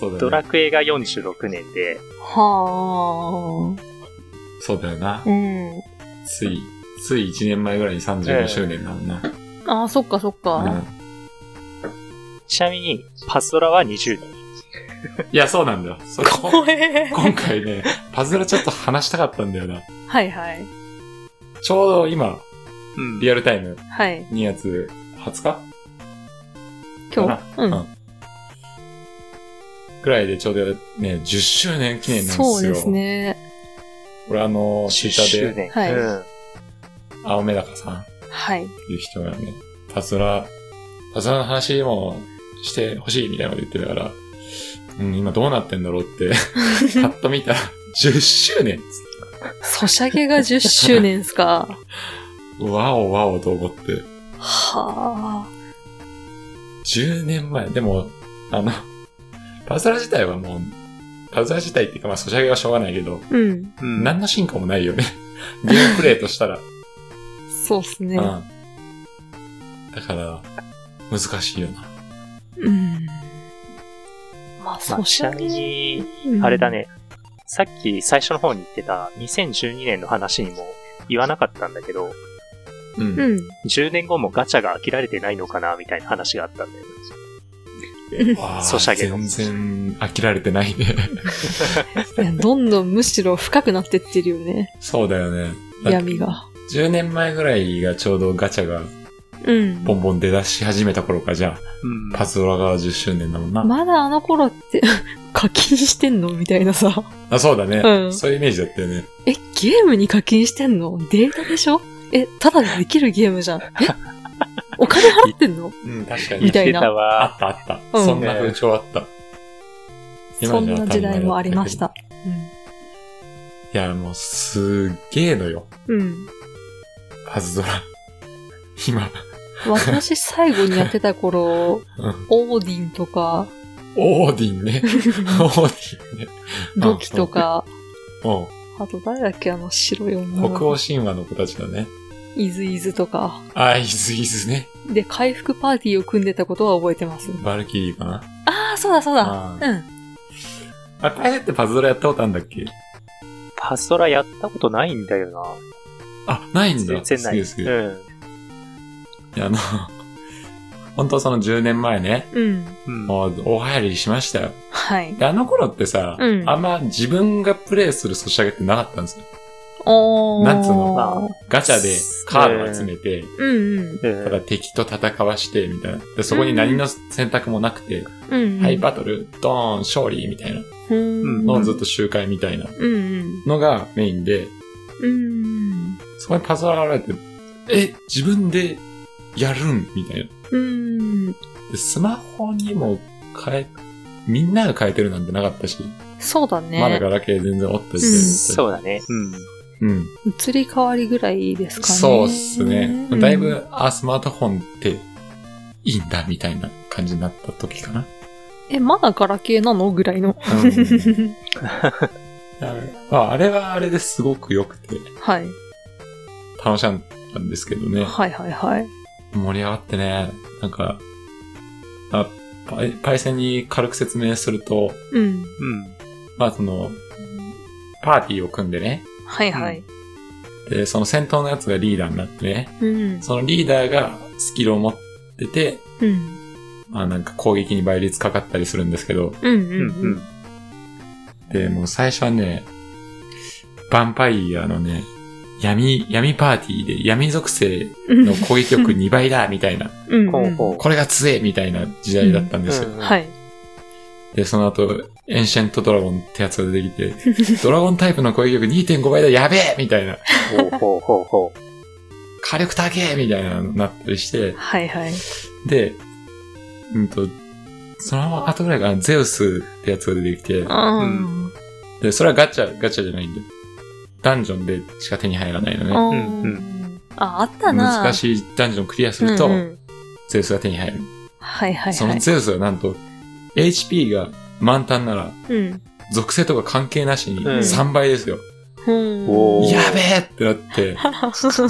そうだ
ド
よね。
ラクエが46年で、
は
そうだよな
あ。う。ん。
つい、つい1年前ぐらいに35周年なのな。
ああ、そっかそっ
うん
か。
ちなみに、パズドラは20年。
いや、そうなんだよ。それ
*laughs* 怖え。
今回ね、パズルちょっと話したかったんだよな。
はいはい。
ちょうど今、
うん
リアルタイム
はい。
2月20日
今
か
日。う
うん
ん。
ぐらいでちょうどね、10周年記念なんですよ。
そうですね。
俺あの、ツイッターで、
年。
はい
うん。
青目高さんっ
はい。
ていう人がね、パズラ、パズラの話もしてほしいみたいなこと言ってたから、うん、今どうなってんだろう
*laughs*
って、パッと見たら、10周年っつって
ソシャゲが10周年っすか。
わおわおと思って。
はあ。
10年前、でも、あの、パズラ自体はもう、パズラ自体っていうかまあ、ソシャゲはしょうがないけど、
うん。
うん
何の進化もないよね。 *laughs* ゲームプレイとした
*laughs*
ら。
そうっすね
う。ん。だから、難しいよな。
うん。まあ、
ま
そ
あ
うし
ち
ゃ
な
べ
み
り
に、
うん
あれだ。ね、さっき最初の方に言ってた2012年の話にも言わなかったんだけど、
うん。
うん。
10年後もガチャが飽きられてないのかなみたいな話があったんだよね。
わあ
ソシャゲの
全然飽きられてないね。
いやどんどんむしろ深くなってってるよね。
そうだよね。だって
闇が。
10年前ぐらいがちょうどガチャが
うん。
ボンボン出だし始めた頃かじゃ
うん
あ、パズドラが10周年だもんな。
まだあの頃って、 *laughs* 課金してんのみたいなさ。
あ、そうだね、
うん
そういうイメージだったよね。
え、ゲームに課金してんのデータでしょえ、ただでできるゲームじゃ
*laughs*
ん。えお金払ってんの
うん、確か
み
に。
たいな
言ってた
あ
わ。
ったあった、
うん
そんな風潮あった。
そ
今
ん
じゃ
な時代もありまし
当
た。
たり前だったけど。いや、もうすっげえのよ。
うん。うん。
パズドラ。今。
私最後にやってた頃、
うん
オーディンと
*laughs*
か、
オーディンね。オーディンね。
土器とか、
うん。
あと誰だっけあの白い女
北欧
の
神話の子たちだね。
イズイズとか。
あ、イズイズね。
で、回復パーティーを組んでたことは覚えてます。
バルキリーかな。
ああ、そうだそうだ。
あ
うん。
ーあ、パイレットパズドラやったことあるんだっけ
パズドラやったことないんだよな。
あ、ないんだ。
全然ない。
すげえすげえ
うん。
いや、あの、 *laughs* 本当その10年前ね、
うん。
うん。
もう大流行りしましたよ。
はい。
で、あの頃ってさ、
うん
あんま自分がプレイするソシャゲってなかったんですよ。
おー。
なんつうの
まあ
ガチャでカード集めて、
うんうん。
う
ただ
ん
敵と戦わして、みたいな。で、そこに何の選択もなくて、
うん、うん。
ハイバトル、ドーン、勝利、みたいな
うん。
のをずっと周回みたいな
うんうん。
のがメインで、
うん。
そこにパズドラが現れて、え、自分でやるんみたいな。
うん。
で、スマホにも変え、みんなが変えてるなんてなかったし、
そうだね。
まだガラケー全然おったし、
うん
そうだね。うん。
うん。
移り変わりぐらいですかね。
そうっすね。
うん
だいぶ、あ、スマートフォンっていいんだ、みたいな感じになった時かな。
え、まだガラケーなのぐらいの。 *laughs*
うんまあ、あれはあれですごく良くて、
はい。
楽しかったんですけどね。
はいはいはい。
盛り上がってね、なんか、あパイパイセンに軽く説明すると、
うん。
うん。
まあその、パーティーを組んでね、
はいはい。
で、その先頭のやつがリーダーになってね、
うん。
そのリーダーがスキルを持ってて、
うん。
まあなんか攻撃に倍率かかったりするんですけど、
うんう
う
ん
ん。
うん。
で、もう最初はね、ヴァンパイアのね、闇、闇パーティーで闇属性
うん
の攻撃力2倍だ、みたいな、
う
うんん。ほうほう。
これが強え、みたいな時代だったんですよ。
うん
はい。
で、その後、エンシェントドラゴンってやつが出てきて、ドラゴンタイプの攻撃力2.5倍だ、やべえみたいな、
ほうほうほうほう。
火力高えみたいなのになったりして、
はいはい。
で、うんと、その後ぐらいかな、ゼウスってやつが出てきて、
うん。
で、それはガチャ、ガチャじゃないんだよ。ダンジョンでしか手に入らないのね。
んう
あ、あったな。
難
い
しいダンジョンクリアすると
うんう、ん
ゼウスが手に入る。
はいはい
そ
は
の
い。
ゼウスはなんと、HP が満タンなら、
うん。
属性とか関係なしに
うん
3倍ですよ。
うん。
おー
やべえって
*laughs*
なって、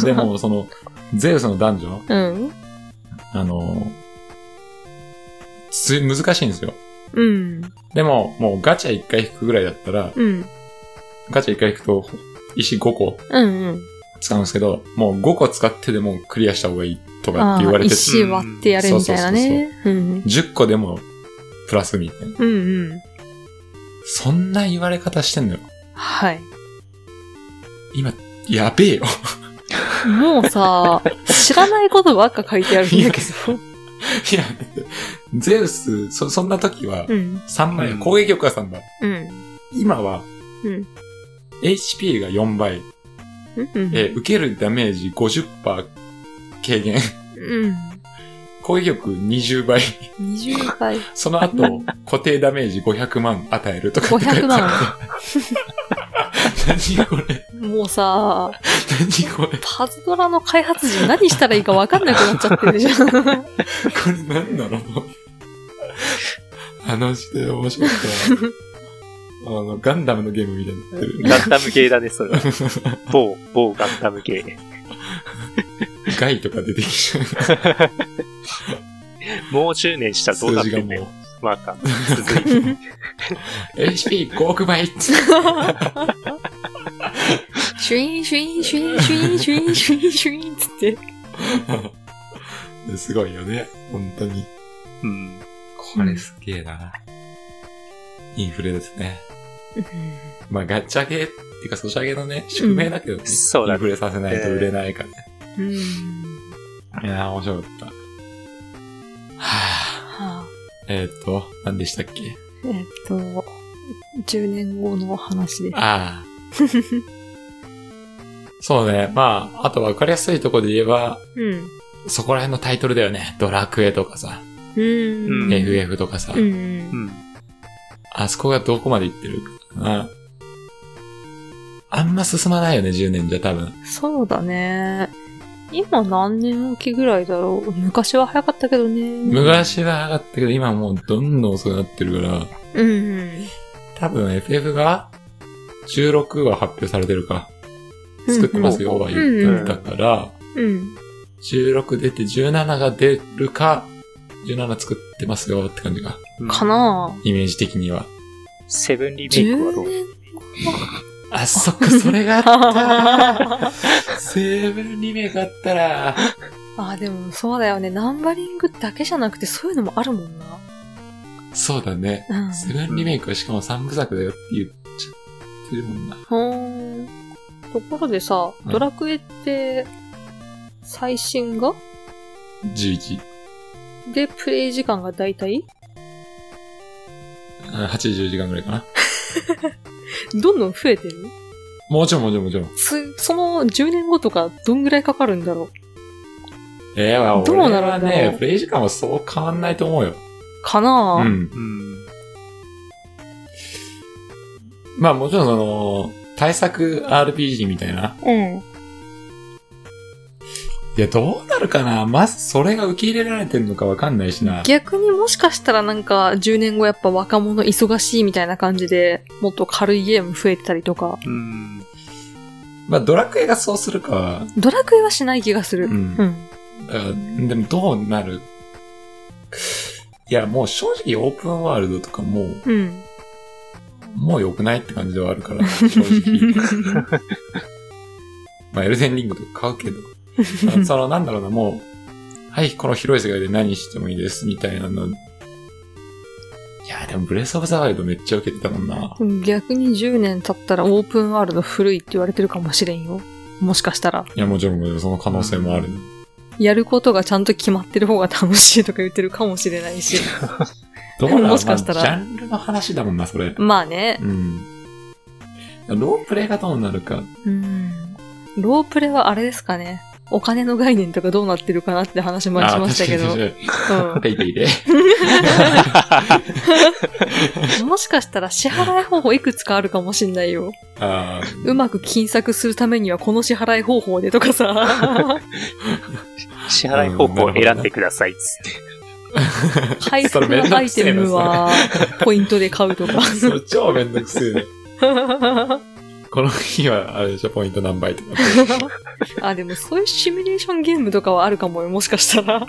でも、その、ゼウスのダンジョン、
うん。
あの、つ難しいんですよ。
うん。
でも、もうガチャ1回引くぐらいだったら、
うん。
ガチャ1回引くと、石5個
うんうん。
使うんですけど、もう5個使ってでもクリアした方がいいとかって言わ
あ
れてて、
石割ってやれみたいなね。うん。
10個でもプラスみたいな。
うんうん。
そんな言われ方してんのよ。
はい。
今、やべえよ。 *laughs*
もうさ、知らないことばっか書いてあるんだけど。
いや、だってゼウス、そ、そんな時は
うん。
3倍、
うん
攻撃力が3倍。
うん。
今は
うん。
HP が4倍。
うん。
えー受けるダメージ50%軽減。 *laughs*
うん。
攻撃力20倍。
20倍。
そ
*laughs*
の後、固定ダメージ500万与えるとかって書いて
500万
あって。 *laughs* 何これ
もうさ、
何これ
パズドラの開発時何したらいいか分かんなくなっちゃってるじゃん。
これ何なの *laughs* 話で面白
*laughs*
くて、あの、ガンダムのゲームみたいになってる。
ガンダム系だね、そ *laughs* れは。某、某ガンダム系。
*laughs* ガイとか出てきちゃう。
もう10年したらどうな
数字
って
が
んだよ
も。
マ *laughs* ーカー。続いて。
う、HP5 億倍
シュイーン、シュイーン、シュイーン、シュイーン、シュイーン、シュイーン、シュイーン、つって。
すごいよね、本当に。
うん。
これすげえな。インフレですね。まあ、ガチャゲーっていうか、ソシャゲのね、宿命だけどね。
そうだ
イ
ね
ンフレさせないと売れないからね。
うん。
いやー、面白かった。はあ、
はあ、
えーっと、何でしたっけ
えっと、10年後の話です。
ああ。そうね。まあ、あと分かりやすいとこで言えば、
うん。
そこら辺のタイトルだよね。ドラクエとかさ、
うん。
FF とかさ、
うん。
うん。
あそこがどこまで行ってるかな。あんま進まないよね、10年じゃ多分。
そうだね。今何年おきぐらいだろう。昔は早かったけどね。
昔は上がったけど、今もうどんどん遅くなってるから、
うん。
多分 FF が16は発表されてるか。作ってますよ、は言ったから、
うん。
16出て17が出るか、17作ってますよって感じが、
うん
かなぁ。
イメージ的には。
セブンリメイクはど
10
う
年
あ、そっか、それがあ
*laughs*
った。セーブンリメイクあったら、
あ、でもそうだよね。ナンバリングだけじゃなくてそういうのもあるもんな。
そうだね。
うん。
セブンリメイクはしかも3部作だよって言っちゃってるもんな。
ほーん。ところでさ、
うん
ドラクエって、最新が
11、
で、プレイ時間がだいたい
あ80時間ぐらいかな。
どんどん増えてる
もちろんもちろんもちろん。
すその10年後とかどんぐらいかかるんだろう
ええまあ
どうなるんだ
俺
ろう
はね、プレイ時間はそう変わんないと思うよ。
かな
う
ぁ。
ん。
うん。
まあもちろんその、対策 RPG みたいな。
うん。
いや、どうなるかなまずそれが受け入れられてるのかわかんないしな。
逆にもしかしたらなんか10年後やっぱ若者忙しいみたいな感じでもっと軽いゲーム増えてたりとか。
うん。
まあドラクエがそうするかは、
ドラクエはしない気がする。
う
うん。
ん。だからでもどうなるいや、もう正直オープンワールドとかもう、
うん。
もう良くないって感じではあるから、正
*laughs*
直。まあ、エルデンリングとか買うけど。あその、なんだろうな、もう、はい、この広い世界で何してもいいです、みたいなの。いや、でも、ブレスオブザワイルドめっちゃ受けてたもんな。
逆に10年経ったらオープンワールド古いって言われてるかもしれんよ。もしかしたら。
いや、もちろん、もちろんその可能性もある。
やることがちゃんと決まってる方が楽しいとか言ってるかもしれない
*laughs*
し。
どうなの
もしかしたら
まあジャンルの話だもんな、それ。
まあね。
うん。ロープレイがどうなるか。
うん。ロープレはあれですかね。お金の概念とかどうなってるかなって話前にしましたけ
あ
ど。
確か
*laughs*
に確かにペイペイで。
うん。もしかしたら支払い方法いくつかあるかもしんないよ。
あー
うまく金策するためにはこの支払い方法でとかさ。
支払い方法を選んでください、つって。
回
そ
復
れめんど
のア
く
イ
せえ
テ
な
ムはポイントで買う *laughs* とか。
*laughs* それ超めんどくせえね。この日は、あれでしょ、ポイント何倍とか。
あ、でもそういうシミュレーションゲームとかはあるかもよ、もしかしたら。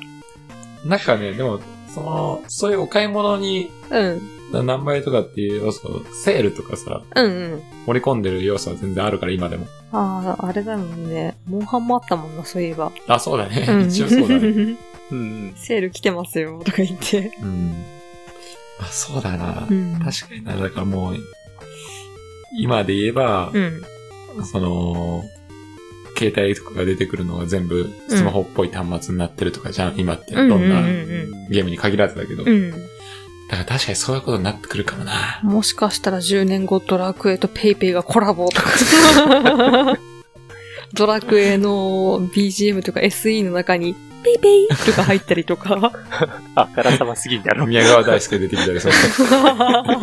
なんかね、でも、その、そういうお買い物に
うん。
な何倍とかっていう要素、セールとかさ、
うんうん。
盛り込んでる要素は全然あるから、今でも。
ああ、あれだもんね。モンハンもあったもんな、そういえば。
あ、そうだね。
ん
一応そうだ
*laughs*
ね。
うん。
セール来てますよ、とか言って。
うん。あ、そうだな。
うん。
確かにな。だからもう、今で言えば、
うん。
その、携帯とかが出てくるのが全部スマホっぽい端末になってるとかじゃん、今って。ど
うんうん
んな
うん
ゲームに限らずだけど。
う
だ
ん。
から確かにそういうことになってくるかもな。
もしかしたら10年後ドラクエとペイペイがコラボ *laughs* とか。ドラクエの BGM とか SE の中にペイペイとか入ったりとか。
あからさますぎんだ
*laughs*
ろ。
宮川大輔出てきたりする。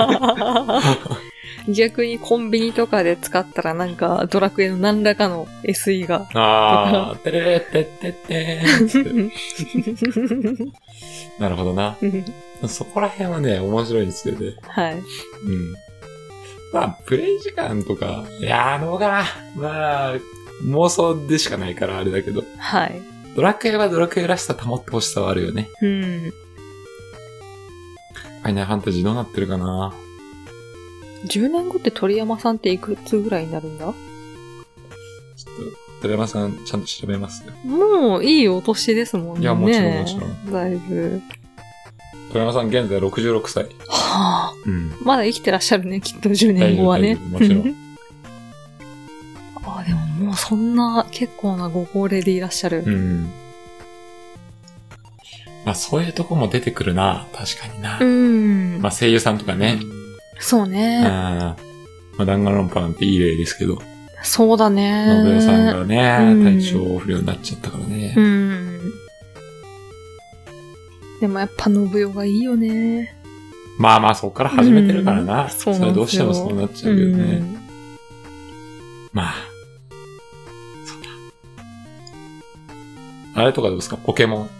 *laughs* 逆にコンビニとかで使ったらなんかドラクエの何らかの SE が。
あー、てれれってってってーんっつってなるほどな。そこら辺はね、面白いんですよね。
はい。
うん。まあ、プレイ時間とか、いやー、どうかな。まあ、妄想でしかないからあれだけど、
はい。
ドラクエはドラクエらしさ保ってほしさはあるよね。
うん。
ファイナルファンタジーどうなってるかな
10年後って鳥山さんっていくつぐらいになるんだ
ちょっと、寺山さん、ちゃんと調べますよ。
もういいお年ですもんね。
いやもちろんもちろ
ん。だいぶ。
寺山さん、現在66歳。
はあ。
うん。
まだ生きてらっしゃるね、きっと10年後はね。
大丈夫大丈夫もち
*laughs* あ、でももうそんな結構なご高齢でいらっしゃる。
うん。まあ、そういうとこも出てくるな。確かにな。
うん。
まあ、声優さんとかね。
そう
うん。
ね。
まあ、ダンガロンパなんていい例ですけど、
そうだ
ノブヤさん
ね。
がね
うん、
体調不良になっちゃったからね。
うん。でもやっぱ信代がいいよね。
まあまあ、そこから始めてるからな。
うん
そ
そう
れ
なんですよ
はどうしてもそうなっちゃ
う
うけど
ん。
ね。まあ。そうだ。あれとかどうですかポケモン。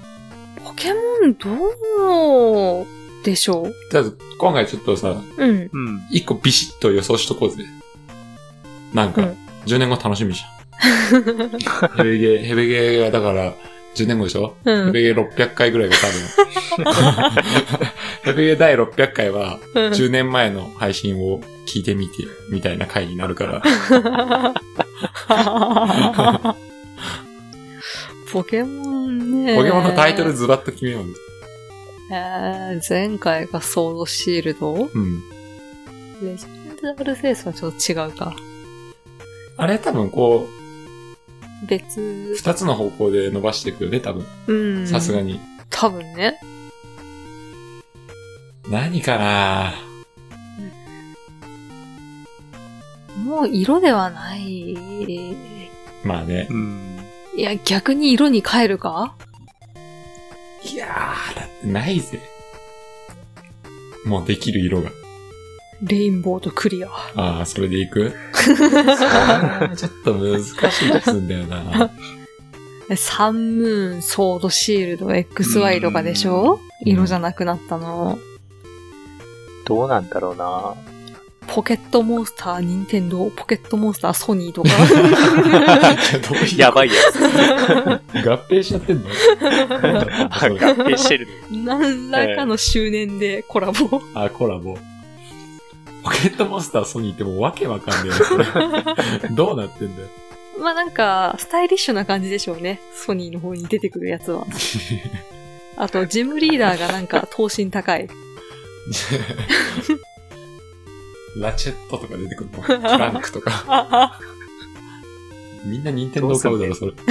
ポケモンどうでしょう
じゃあ、今回ちょっとさ、
うん。
うん。
一個ビシッと予想しとこうぜ。なんか、
うん
10年後楽しみじ
*laughs*
ゃん。ヘベゲー、ヘベゲーがだから、10年後でしょ、
うん
ヘベゲー600回ぐらいが
*laughs*
多分。ヘベゲー第600回は、10年前の配信を聞いてみて、みたいな回になるから。
ポケモンね。
ポケモンのタイトルズバッと決めよう。
えー前回がソードシールド
うん。
レジェンドアルセウスはちょっと違うか。
あれ多分こう、
別。
二つの方向で伸ばしていくよね、多分。
うん。
さすが
に。
に。
多分ね。
何かな
もう色ではない。い
まあね。
うん。
や、逆に色に変えるか
いやー、だってないぜ。もうできる色が。
レインボーとクリア。
ああ、それでいくあーちょっと難しいですんだよ *laughs* な。
*laughs* サンムーン、ソードシールド、XY とかでしょ
うん
色じゃなくなったの。
どうなんだろうな。
ポケットモンスター、ニンテンドー、ポケットモンスター、ソニーと
*laughs*
か。
どういう
やばいや
*laughs*
つ。
合併しちゃってんの
合併してる。
何らかの執念でコラ
*laughs*
ボ。
あ、コラボ。ポケットモンスターソニーってもうわけわかんねえなそれ。どうなってんだよ。 *laughs*
まあなんか、スタイリッシュな感じでしょうね。ソニーの方に出てくるやつ
*laughs*
は。あと、ジムリーダーがなんか、頭身高
*laughs*
い。
ラチェットとか出てくるのクランクとか。みんな任天堂買うだろ、それ。
ポ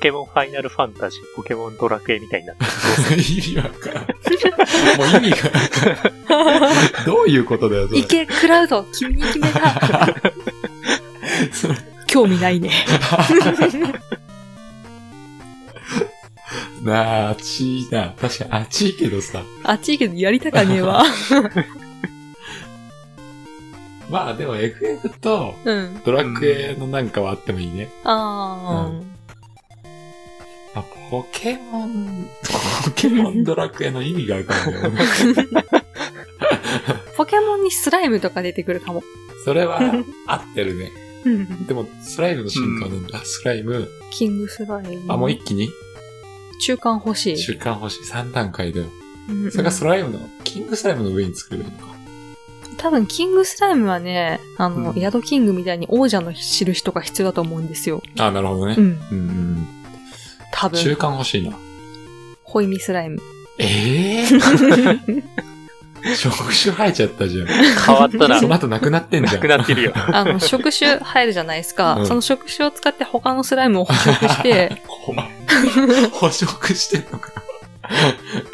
ケモンファイナルファンタジー、ポケモンドラクエみたいになって *laughs* る。
意味わからん。もう意味がわからん。どういうことだよ、それ
い。け、クラウド、君に決めた。
*laughs* それ
興味
*laughs*
ないね。 *laughs*
なあ、暑いな。確かに暑いけどさ。
熱いけど、やりたかねえ *laughs* わ。
まあでも FF と
うん。
ドラクエのなんかはあってもいいね。
あ
あポケモン、ポケモンドラクエの意味がわかんない。 *laughs* 俺
ー。ポケモンにスライムとか出てくるかも。
それは合ってるね。
うん
でも、スライムの進化なんだ。スライム。
キングスライム。
あ、もう一気に
中間欲しい。
週間星3段階だよ。
うんうん
それがスライムの、キングスライムの上に作ればいいのか。
多分、キングスライムはね、あの、
うん
ヤドキングみたいに王者の印とか必要だと思うんですよ。
あ、なるほど
う
ね。
ん。
うんうん
多
うん。中
分、
間欲しいな。
ホイミスラ *laughs* イム。
ええ *laughs* 触手生えちゃった *laughs* じゃん。
変わったな
そ。の後なくなってんじ
な
ゃん
く。なっ
*laughs*
てるよ。
あの、触手入るじゃないですか。
うん
その触手を使って他のスライムを捕食 *laughs* して、
ほら捕食してんのか。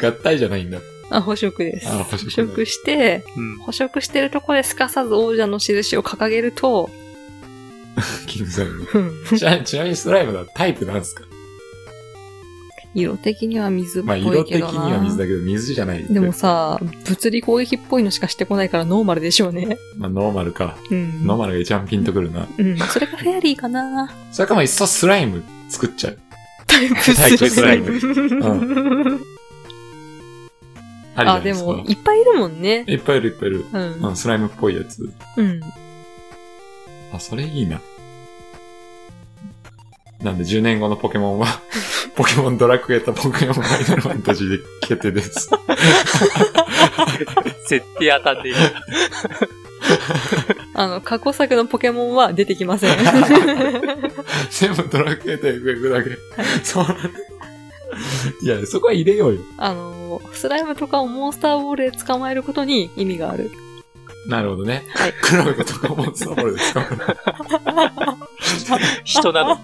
合体じゃないんだ。
あ、捕食です。
あ
捕
捕食ね
食して、
うん。
捕食してるところですかさず王者の印を掲げると、
キングスライム。
うん
ちなちなみにスライムはタイプなんですか
色的には水っぽ
まあ、色
いけ
的
どな。
には水だけど、水じゃない。
でもさ、物理攻撃っぽいのしかしてこないからノーマルでしょうね。
まあ、ノーマルか。
うん。
ノーマルが一番ピンとくるな。
うん。それがフェアリーかな。
それかもういっそスライム作っちゃう。
*laughs* タイプ
スライム
スライム。
ありじ
あ、
ゃないで
ですも
か、。
いっぱいいるもんね。
いっぱいいるいっぱいいる。
うん。
うん、スライムっぽいやつ。
うん。
あ、それいいな。なんで10年後のポケモンは、ポケモンドラクエとポケモンファイナルファンタジーで決定です。
絶対当たっている。
あの、過去作のポケモンは出てきませ
*laughs*
ん。
全部ドラクエと FF だけ。そう。いや、そこは入れようよ。
あの、スライムとかをモンスターボールで捕まえることに意味がある。
なるほどね。
はい
黒いことかモンスターボールですか
*laughs*
*laughs*
人なの。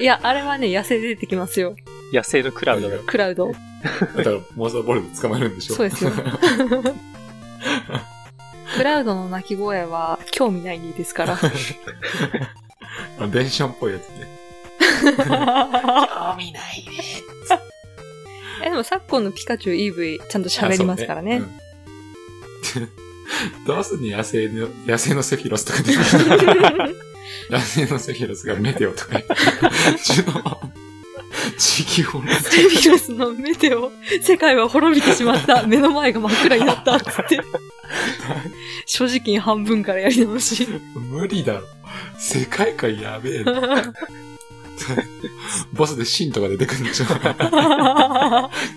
いや、あれはね、野生で出てきますよ。
野生のクラウドだよ。
クラウド。
だから、モンスターボールで捕まえるんでしょ
そう
*laughs*
ですよ。クラウドの鳴き声は興味ないですから。
あ電車っぽいやつね。 *laughs*
ないね。
え、でも昨今のピカチュウ EV ちゃんと喋りますからね。
そうねうんどうすんの野生の、野生のセフィロスとか出てくる野生のセフィロスがメテオとか。ジュノ地球をね
セフィロスの目でを、世界は滅びてしま
*laughs*
った。目の前が真っ暗になった。つって。正直に半分からやり直
*laughs*
し。
無理だろ。世界観やべえな。ボスでシンとか出てくるん
*laughs*
でしょ
ロ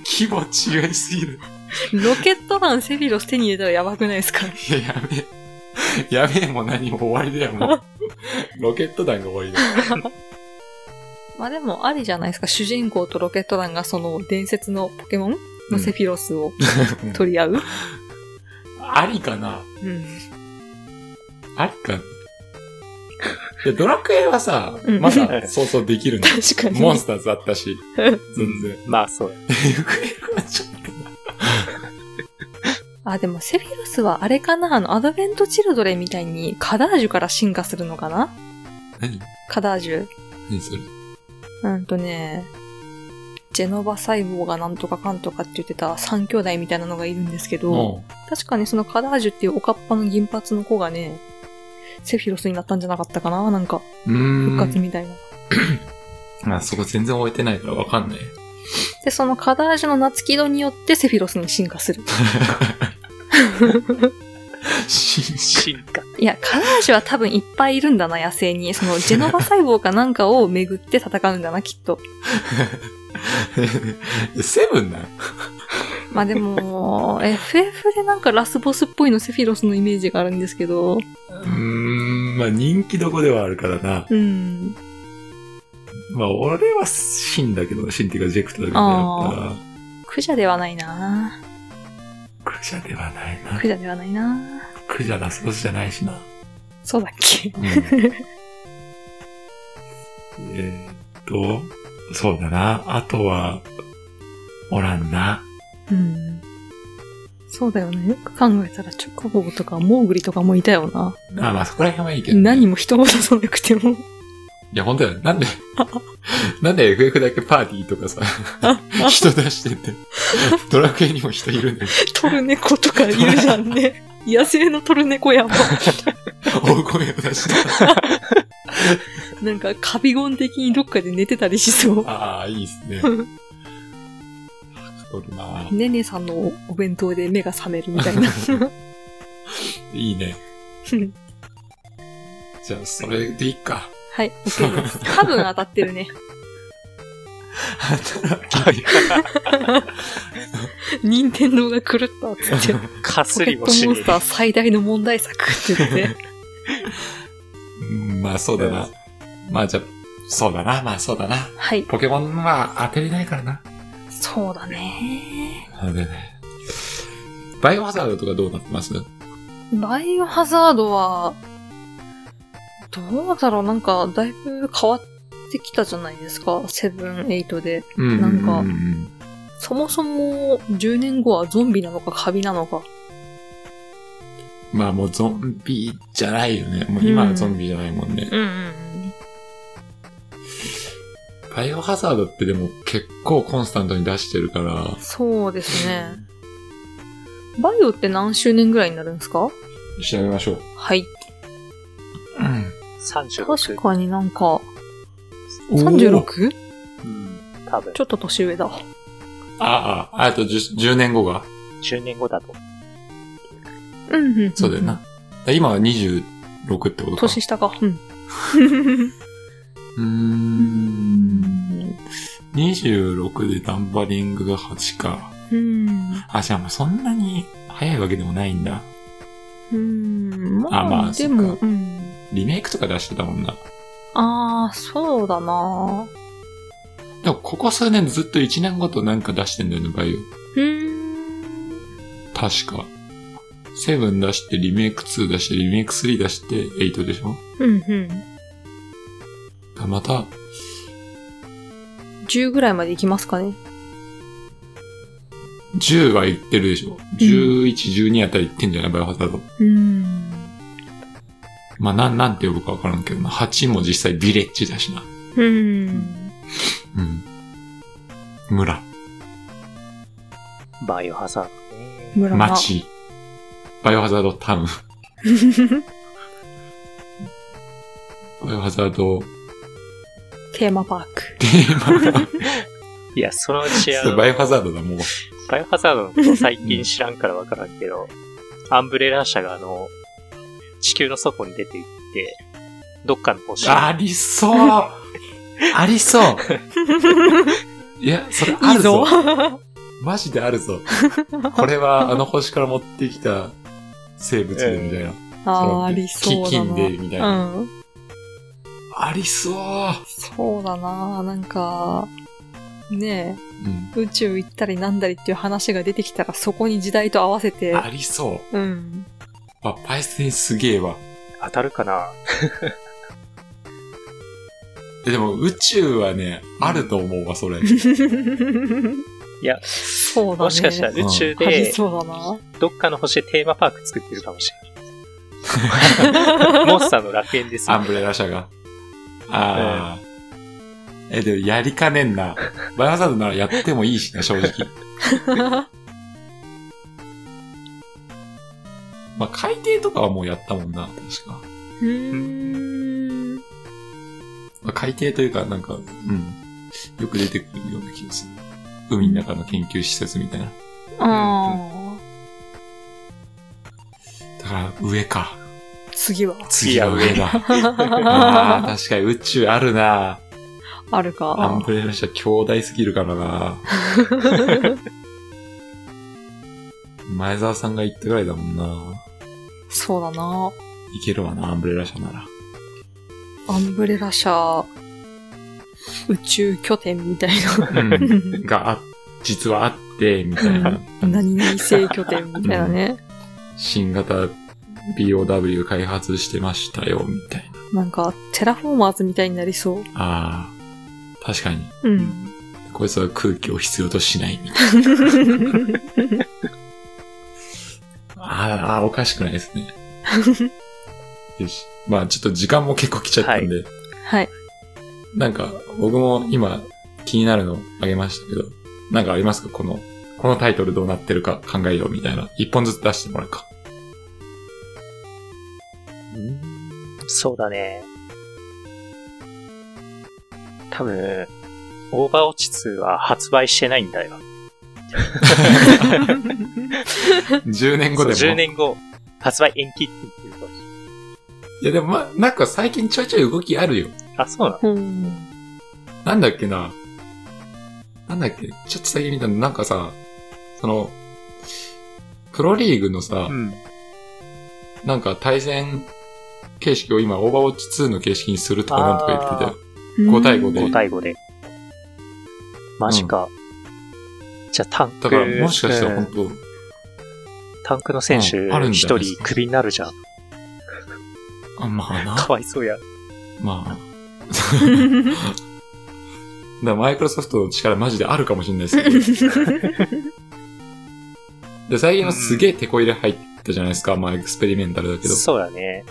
規模違いすぎる。
ケットランセフィロス手に入れたらやばくないですか
いや、やべえ。やべえも何も終わりだよ、もう。ロケット弾が終わりだよ。
まあでもありじゃないですか。主人公とロケット団がその伝説のポケモンのセフィロスを
うん
取り合う。
ありかな
うん。
ありかな。いや、ドラクエはさ
う、ん
まだ想像で
*laughs*
きるの。
確かに。
モンスターズあったし、全然。
まあそう。
FF はちょっとな。
あ、でもセフィロスはあれかなあの、アドベントチルドレンみたいにカダージュから進化するのかな
何
カダージュ。
何それ
うんとね、ジェノバ細胞がなんとかかんとかって言ってた三兄弟みたいなのがいるんですけど、
も
確かにそのカダージュっていうおかっぱの銀髪の子がね、セフィロスになったんじゃなかったかななんか、
う。う
復
ー
活
ん。
みたいな。
あ、そこ全然終えてないからわかんない。
で、そのカダージュの夏木戸によってセフィロスに進化する。 *laughs*
し
進化。
いや、カダージュは多分いっぱいいるんだな、野生に。その、ジェノバ細胞かなんかを巡って戦うんだな、きっと。
セブンなの
まあでも、FF *laughs* でなんかラスボスっぽいのセフィロスのイメージがあるんですけど、
うーん、まあ人気どこではあるからな。
うん。
まあ、俺はシンだけど、シンっていうかジェクトだけど、やっ
あ、
ぱ
クジャではないな
クジャではないな
ク。ジャではないな
クジャラスボスじゃないしな。
そうだっけ *laughs*
うんえーっと、そうだな。あとは、おらんな。
うん。そうだよね。よく考えたら、チョコボーとかモーグリとかもいたよな。
あまあ、そこら辺はいいけどね、
何
い
も人も出さなくても。
や、本当だよ。
*laughs*
なんで、なんで FF だけパーティーとかさ、人出してって。ドラクエにも人いるんだよ。
トルネコとかいるじゃんね。 *laughs* 野生のトルネコやば。
大声を出して。
なんかカビゴン的にどっかで寝てたりしそう。
ああ、いいで
*laughs*
すね。そうだな。
ねねさんのお弁当で目が覚めるみたい *laughs* な。
いいね。
うん
じゃあ、それでいいか。
はい、OK です。多分当たってるね。
働き
任天堂が狂ったっつって。
か
ポ
す
ケ
り
ット
も
モン
しね
スター最大の問題作って言って。
*laughs*
*laughs*
うんまあ、そうだな。まあ、じゃあ、そうだな。まあ、そうだな。
はい。
ポケモンは当てれないからな。
そうだね。
なのでね。バイオハザードとかどうなってます
バイオハザードは、どうだろうなんか、だいぶ変わってきたじゃないですか。セブン、エイトで。
うん
なんか
う
そもそも、10年後はゾンビなのかカビなのか。
まあ、もうゾンビじゃないよね。もう今はゾンビじゃないもんね。
うんうん
バイオハザードってでも結構コンスタントに出してるから
うん。、そうですね。バイオって何周年ぐらいになるんですか
調べましょう。
はい。確
36。
かになんか、
うん。
36?
うん、多分。
ちょっと年上だ。
ああ、あと 10, 10年後が、
10年後だと。
うんうんうん。
そうだよな。だから今は26ってことか。
年下か。うん。
うーん。26でタンバリングが8か。
うん。
あ、じゃあもうそんなに早いわけでもないんだ。
うん。まあ、
あまあ
でも
そっ、か
うん。
リメイクとか出してたもんな。
ああ、そうだな
でもここ数年ずっと1年ごとなんか出してんだよね、バイオ。
うん。
確か。セブン出して、リメイク2出して、リメイク3出して、8でしょ
うんうん。
だまた、
10ぐらいまでいきますかね。
10は言ってるでしょ ?11、12あたり言ってんじゃないバイオハザード。
うん。
まあ、なん、なんて呼ぶかわからんけどな。8も実際ビレッジだしな。
うん。
うん。村、
バイオハザードね。
村が。
町、バイオハザードタウン、バイオハザード
テーマパーク。
テ
*laughs*
ーマ
いや、そのうちあ
が、*laughs*
の、
バイオハザードだ、もう。
バイオハザードのこと最近知らんからわからんけど、アンブレラ社があの、地球の底に出ていって、どっかの星に
ありそうありそういや、それあ
いい
るぞ
ぞ。
マジであるぞ。これはあの星から持ってきた生物でみたいな。
*laughs* あ
その
あ、ありそうだ
金
な。
でみたいな。
うん。
ありそう、
そうだな。なんか、ね
うん、
え、宇宙行ったりなんだりっていう話が出てきたら、そこに時代と合わせて、
ありそう。
うん。
あ、パイセンすげえわ。
当たるかな
えでも宇宙はね、あると思うわ、
*laughs*
それ。
いや、
そうだね。
もしかしたら宇宙
あり
で、
そうだな。
どっかの星でテーマパーク作ってるかもしれ *laughs* ない。モンスターの楽園です
ア
よ
ン。ブレラ社が。ああ。え、でもやりかねんな。バイオハザードならやってもいいしな、正 *laughs* 直。まあ、海底とかはもうやったもんな、確か。
うーん。
まあ、海底というか、なんか、うん。よく出てくるような気がする。海の中の研究施設みたいな。
ああ、
だから、上か。
次は。
次は上だ。ああ、確かに宇宙あるな。
ある
アン
か。
ブレラ社強大すぎるから *laughs* な。前澤さんが言ったぐらいだもんな。
そうだな。
いけるわな、アンブレラ社なら。
アンブレラ社、宇宙拠点みたい
*laughs* うん。
な。
が、あ実はあって、みたいな。
何々性拠点みたいなね。
新型 BOW 開発してましたよ、みたいな。
なんか、テラフォーマーズみたいになりそう。
ああ、確かに。
うん。
こいつは空気を必要としないみたいな。ああ、おかしくないですね。よし。まあちょっと時間も結構来ちゃったんで、
*laughs* *laughs* はい。
なんか僕も今気になるのあげましたけど、なんかありますかこの、このタイトルどうなってるか考えようみたいな。一本ずつ出してもらうか。
そうだね。多分、オーバーオチ2は発売してないんだよ。
10年後でも。
10年後、発売延期って言ってるかもしれない
いやでもまあ、なんか最近ちょいちょい動きあるよ。
あ、そうなの
うん。
なんだっけな。なんだっけ。ちょっと先に見たの、なんかさ、その、プロリーグのさ、
ん。
なんか対戦形式を今、オーバーウォッチ2の形式にするとかなんとか言ってて。5対5で
5対5で。マジか。じゃあタンク、
だからもしかしたら本当、
タンクの選手
うんあるんじゃな
一
いです
人
か
クビになるじゃん。
あま
*laughs*
あな
か。わいそうや。
まあ。 *laughs* だからマイクロソフトの力マジであるかもしれないですけど。で、最近はすげえテこ入れ入ったじゃないですか。まあ、エクスペリメンタルだけど。
そうだね。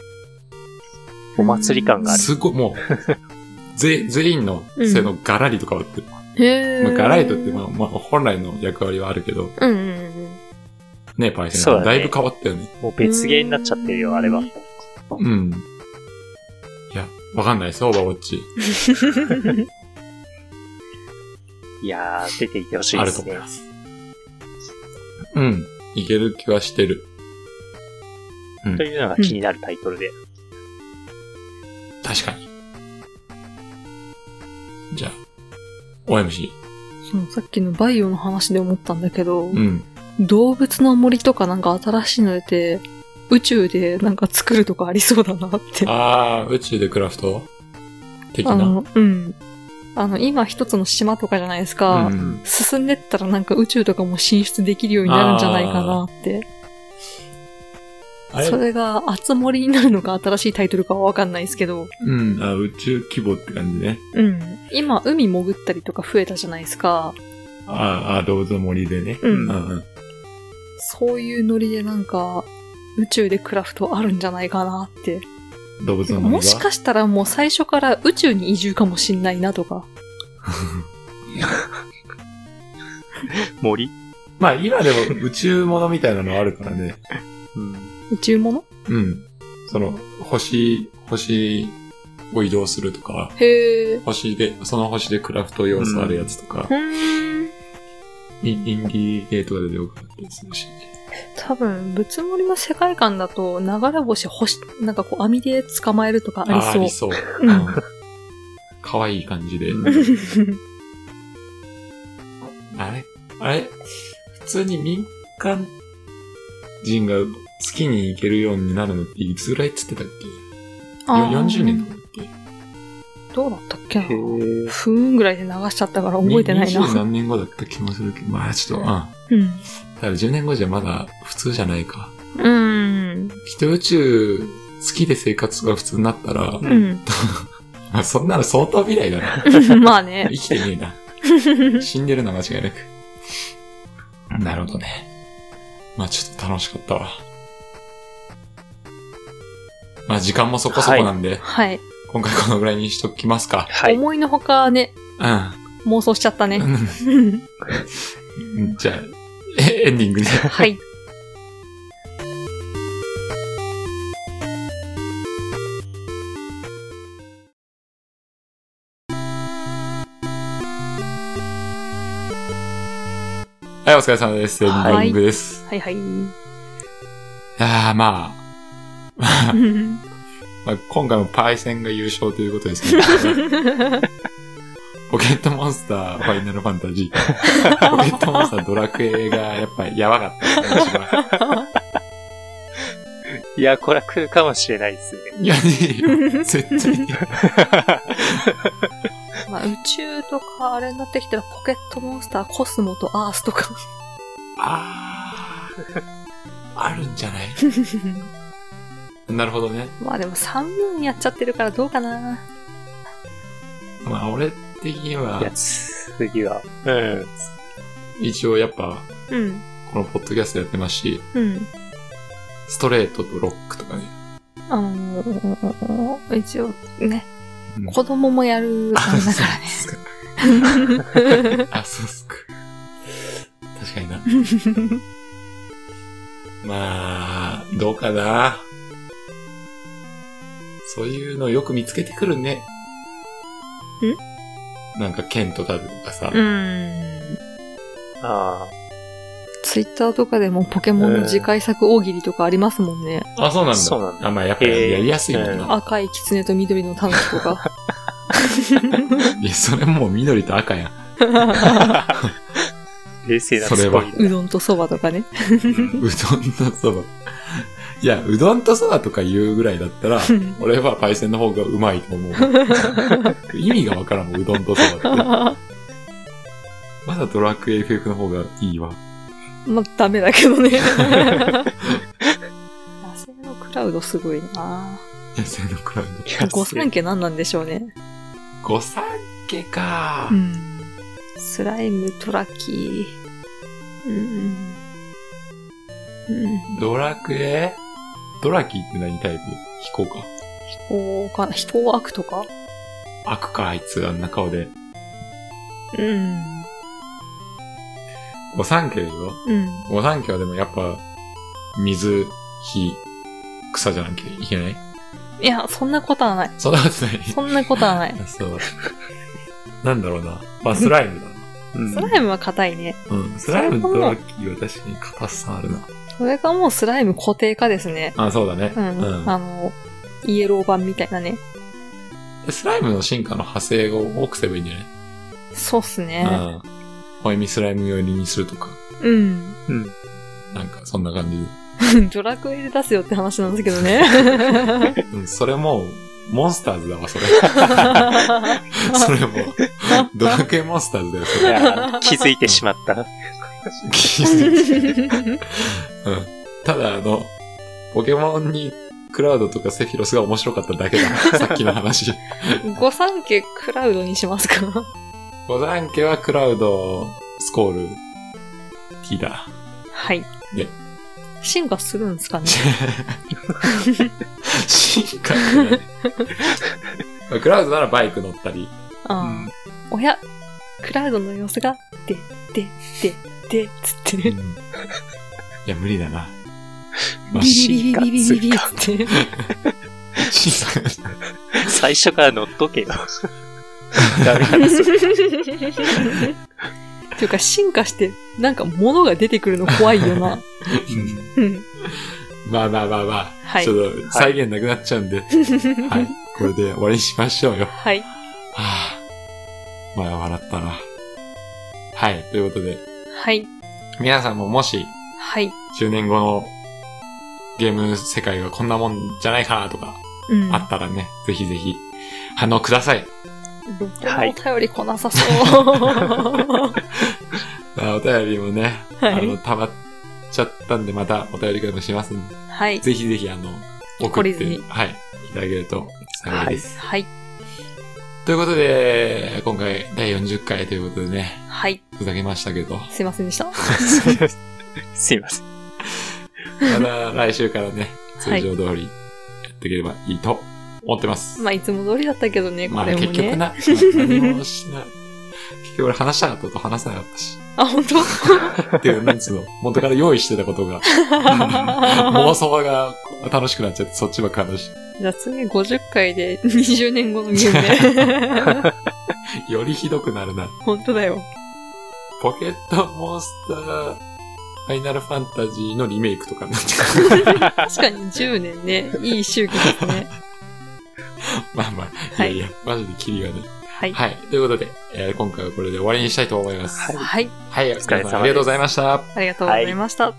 お祭り感がある
すごい、も
*laughs*
う、ぜ、全員の、
うん
その、ガラリと変わってる。
*laughs* へ
まあ、
ー
ガラリとって、まあ、まあ、本来の役割はあるけど、
うんうんうん。
ね、パイセン
そうだ
だ,、
ね
いぶ変わったよね。
もう別ゲーになっちゃってる
うん
よ、あれは。
うん。いや、わかんないです、オーバーウォッチ。
いやー、出ていてほしい
あ
で
ると
す
思い
ね。
ます。うん。いける気はしてる。
というのが気になるタイトルで。
確かに。じゃあ、OMC。
そのさっきのバイオの話で思ったんだけど、
うん。
動物の森とかなんか新しいの出て、宇宙でなんか作るとかありそうだなって。
あー、宇宙でクラフト的
あ
な。
の、うん。あの、今一つの島とかじゃないですか。
うん。
進んでったらなんか宇宙とかも進出できるようになるんじゃないかなって。
あれ
それが、あつ森になるのか新しいタイトルかはわかんないですけど、
うん。あ、宇宙規模って感じね。
うん。今、海潜ったりとか増えたじゃないですか。
あーあー、動物の森でね。
うん
うんうん。
そういうノリでなんか、宇宙でクラフトあるんじゃないかなって。
動物の森が。
もしかしたらもう最初から宇宙に移住かもしんないなとか。
森、
まあ今でも宇宙ものみたいなのはあるからね。
うん、
宇宙もの
うん。その、星、星を移動するとか、
へー。
星で、その星でクラフト要素あるやつとか
う、ーん。
インインディーゲートが出てよかったりするし。
多分、ぶつもりの世界観だと、流れ星、星、なんかこう網で捕まえるとかあり
ー
そう。
そう。
うん
うん可愛い感じで。
うん
*laughs*
あれあれ普通に民間人が月に行けるようになるのっていつぐらいっつってたっけ
あー
よ ?40 年とかだっけ
どうだったっけな
へー
ふーんぐらいで流しちゃったから覚えてない
に20
な。
何年後だった気もするけど、まあちょっと、うん。だ
うん。
から10年後じゃまだ普通じゃないか。
うーん。
きっと宇宙、月で生活が普通になったら、
う
まあそんなの相当未来
*laughs*
だな。
ん。まあね
生。きてねえな。死んでるのは間違いなく。なるほどね。まあちょっと楽しかったわ。まあ時間もそこそこなんで、
はい。
今回このぐらいにしときますか。
はい。
思いのほかね、
う
妄想しちゃったね。
ん。じゃあ、えエンディング
*laughs*
で。
はい。
はい、お疲れ様です。エンデ
はい
ィングです。
はい *laughs* はい。
ああ、まあ、
うん
まあ、今回もパイセンが優勝ということですね。ポケットモンスター、ファイナルファンタジー。ポケットモンスター、ドラクエがやっぱやばかったですね、一番
いや、これは来るかもしれない *laughs* ですね。
いや、ねえよ絶対に。
まあ宇宙とかあれになってきたらポケットモンスター、コスモとアースと *laughs* か。
ああ、あるんじゃないなるほどね。
まあでも3分やっちゃってるからどうかな。
まあ、俺的にはい
や、、次は。うん。
一応やっぱ、
うん。
このポッドキャストやってますし、
うん。
ストレートとロックとかね。
あのー、一応ね
うん、
子供もやるあれだか *laughs*
そうっすから
ね。
あ、そうっすか。確かにな。まあ、どうかな。そういうのよく見つけてくるね。んなんか、剣とタブとかさ。
うん。
あ
ツイッターとかでもポケモンの次回作大喜利とかありますもんね。
あ、そうなんだ。
そうなんだ
あ、まあ、やっぱりやりやすいもん
へー
な。
赤い狐と緑のタヌキとか。
いや、それもう緑と赤やん。
ー冷静な
それ
す
は
ごい。
うどんとそばとかね。
うどんとそば。いや、うどんとそばとか言うぐらいだったら、俺はパイセンの方がうまいと思う。意味がわからんもん、うどんとそばって。まだドラクエ FF の方がいいわ。
*laughs* まあ、ダメだけどね。野生のクラウドすごいな
野生のクラウド。
御三家何なんでしょうね。
御三家か
う。ん。スライム、トラキー。うん。うん。
ドラクエドラキーって何タイプ飛行か。
飛行か、飛行悪とか
悪か、あいつ、あんな顔で。
うん。
御三家でしょ
うん。
御三家はでもやっぱ、水、火、草じゃなきゃいけない
いや、そんなことはない。
そんなことない。
そんなことはない。
そう。なんだろうな。まあ、スライムだな。うん
スライムは硬いね。
うん。スライムとロッキーは確かに硬さあるな。
それがもうスライム固定化ですね。
あ、そうだね。
うん。あの、イエロー版みたいなね。
スライムの進化の派生を多くすればいいんじゃない
そうっすね。
うん。ホイミスライム寄りにするとか、
うん。
うん。
なんかそんな感じ
*laughs* ドラクエで出すよって話なんですけどね。
で。うん、それもう、モンスターズだわ、それ。
は
それもう、ドラクエモンスターズだよ、そ
い
れ。
や気づいてしま *laughs* った。
*laughs*
*laughs* うん。ただ、あの、ポケモンにクラウドとかセフィロスが面白かっただけだ。さっきの話。
御三家クラウドにしますか
五三家はクラウド、スコール、ティだ。
はい
ね。
進化するんですかね
進化ってないまあクラウドならバイク乗ったり。
ああ。おや、クラウドの様子が、で、で、で、で、つって
う
ね
ん。いや、無理だな。まあ、
ビリビリ
進
ビリビリビリつって。
進化。
最初から乗っと *laughs* けよ。ダメなんですよ
っていうか、進化して、なんか物が出てくるの怖いよな。
うん
うん。
まあまあまあまあ、
はい
ち。ょっと再現なくなっち
*laughs*
ゃうんで、はい、これで終わりにしましょうよ。は
はい。
あ、まあ笑ったな。はい、ということで、
はい。
皆さんももし
はい。
10年後のゲーム世界がこんなもんじゃないかなとか
うん。
あったらね、ぜひぜひ反応ください。
ロコのお便り来なさそう。
まあお便りもね、
は
あの、
い。
溜まっちゃったんで、またお便り会もしますんで、
はい。
ぜひぜひあの、送
懲り
っ
ず
て
に、
はい、いただけると幸いです。
はい。
ということで、今回第40回ということでね、
はい。
ふざけましたけど、ます
いませんでした。
すいません。
た来週からね、通
*laughs* はい
常通りやっていければいいと思ってます。
まあ、いつも通りだったけどね、こ
まあ、
れもね。
結局な、何もしな、結局俺話したかったこと話せなかったし、
あ、本当
っていう、なんつうの、元から用意してたこと
*laughs*
が、妄想が楽しくなっちゃって、そっちばっか話し
じゃあ次50回で20年後のゲームね。
て、よりひどくなるな。
本当だよ。
ポケットモンスター、ファイナルファンタジーのリメイクとかになっちゃ
*laughs*
う。
確かに10年ね、いい周期ですね。
まあまあ、いやいや、マジでキリがない。
はい。
はい。ということで、えー今回はこれで終わりにしたいと思います。
はい
はい。
はい。
お疲れ様です
皆さんありがとうございました。
ありがとうございました。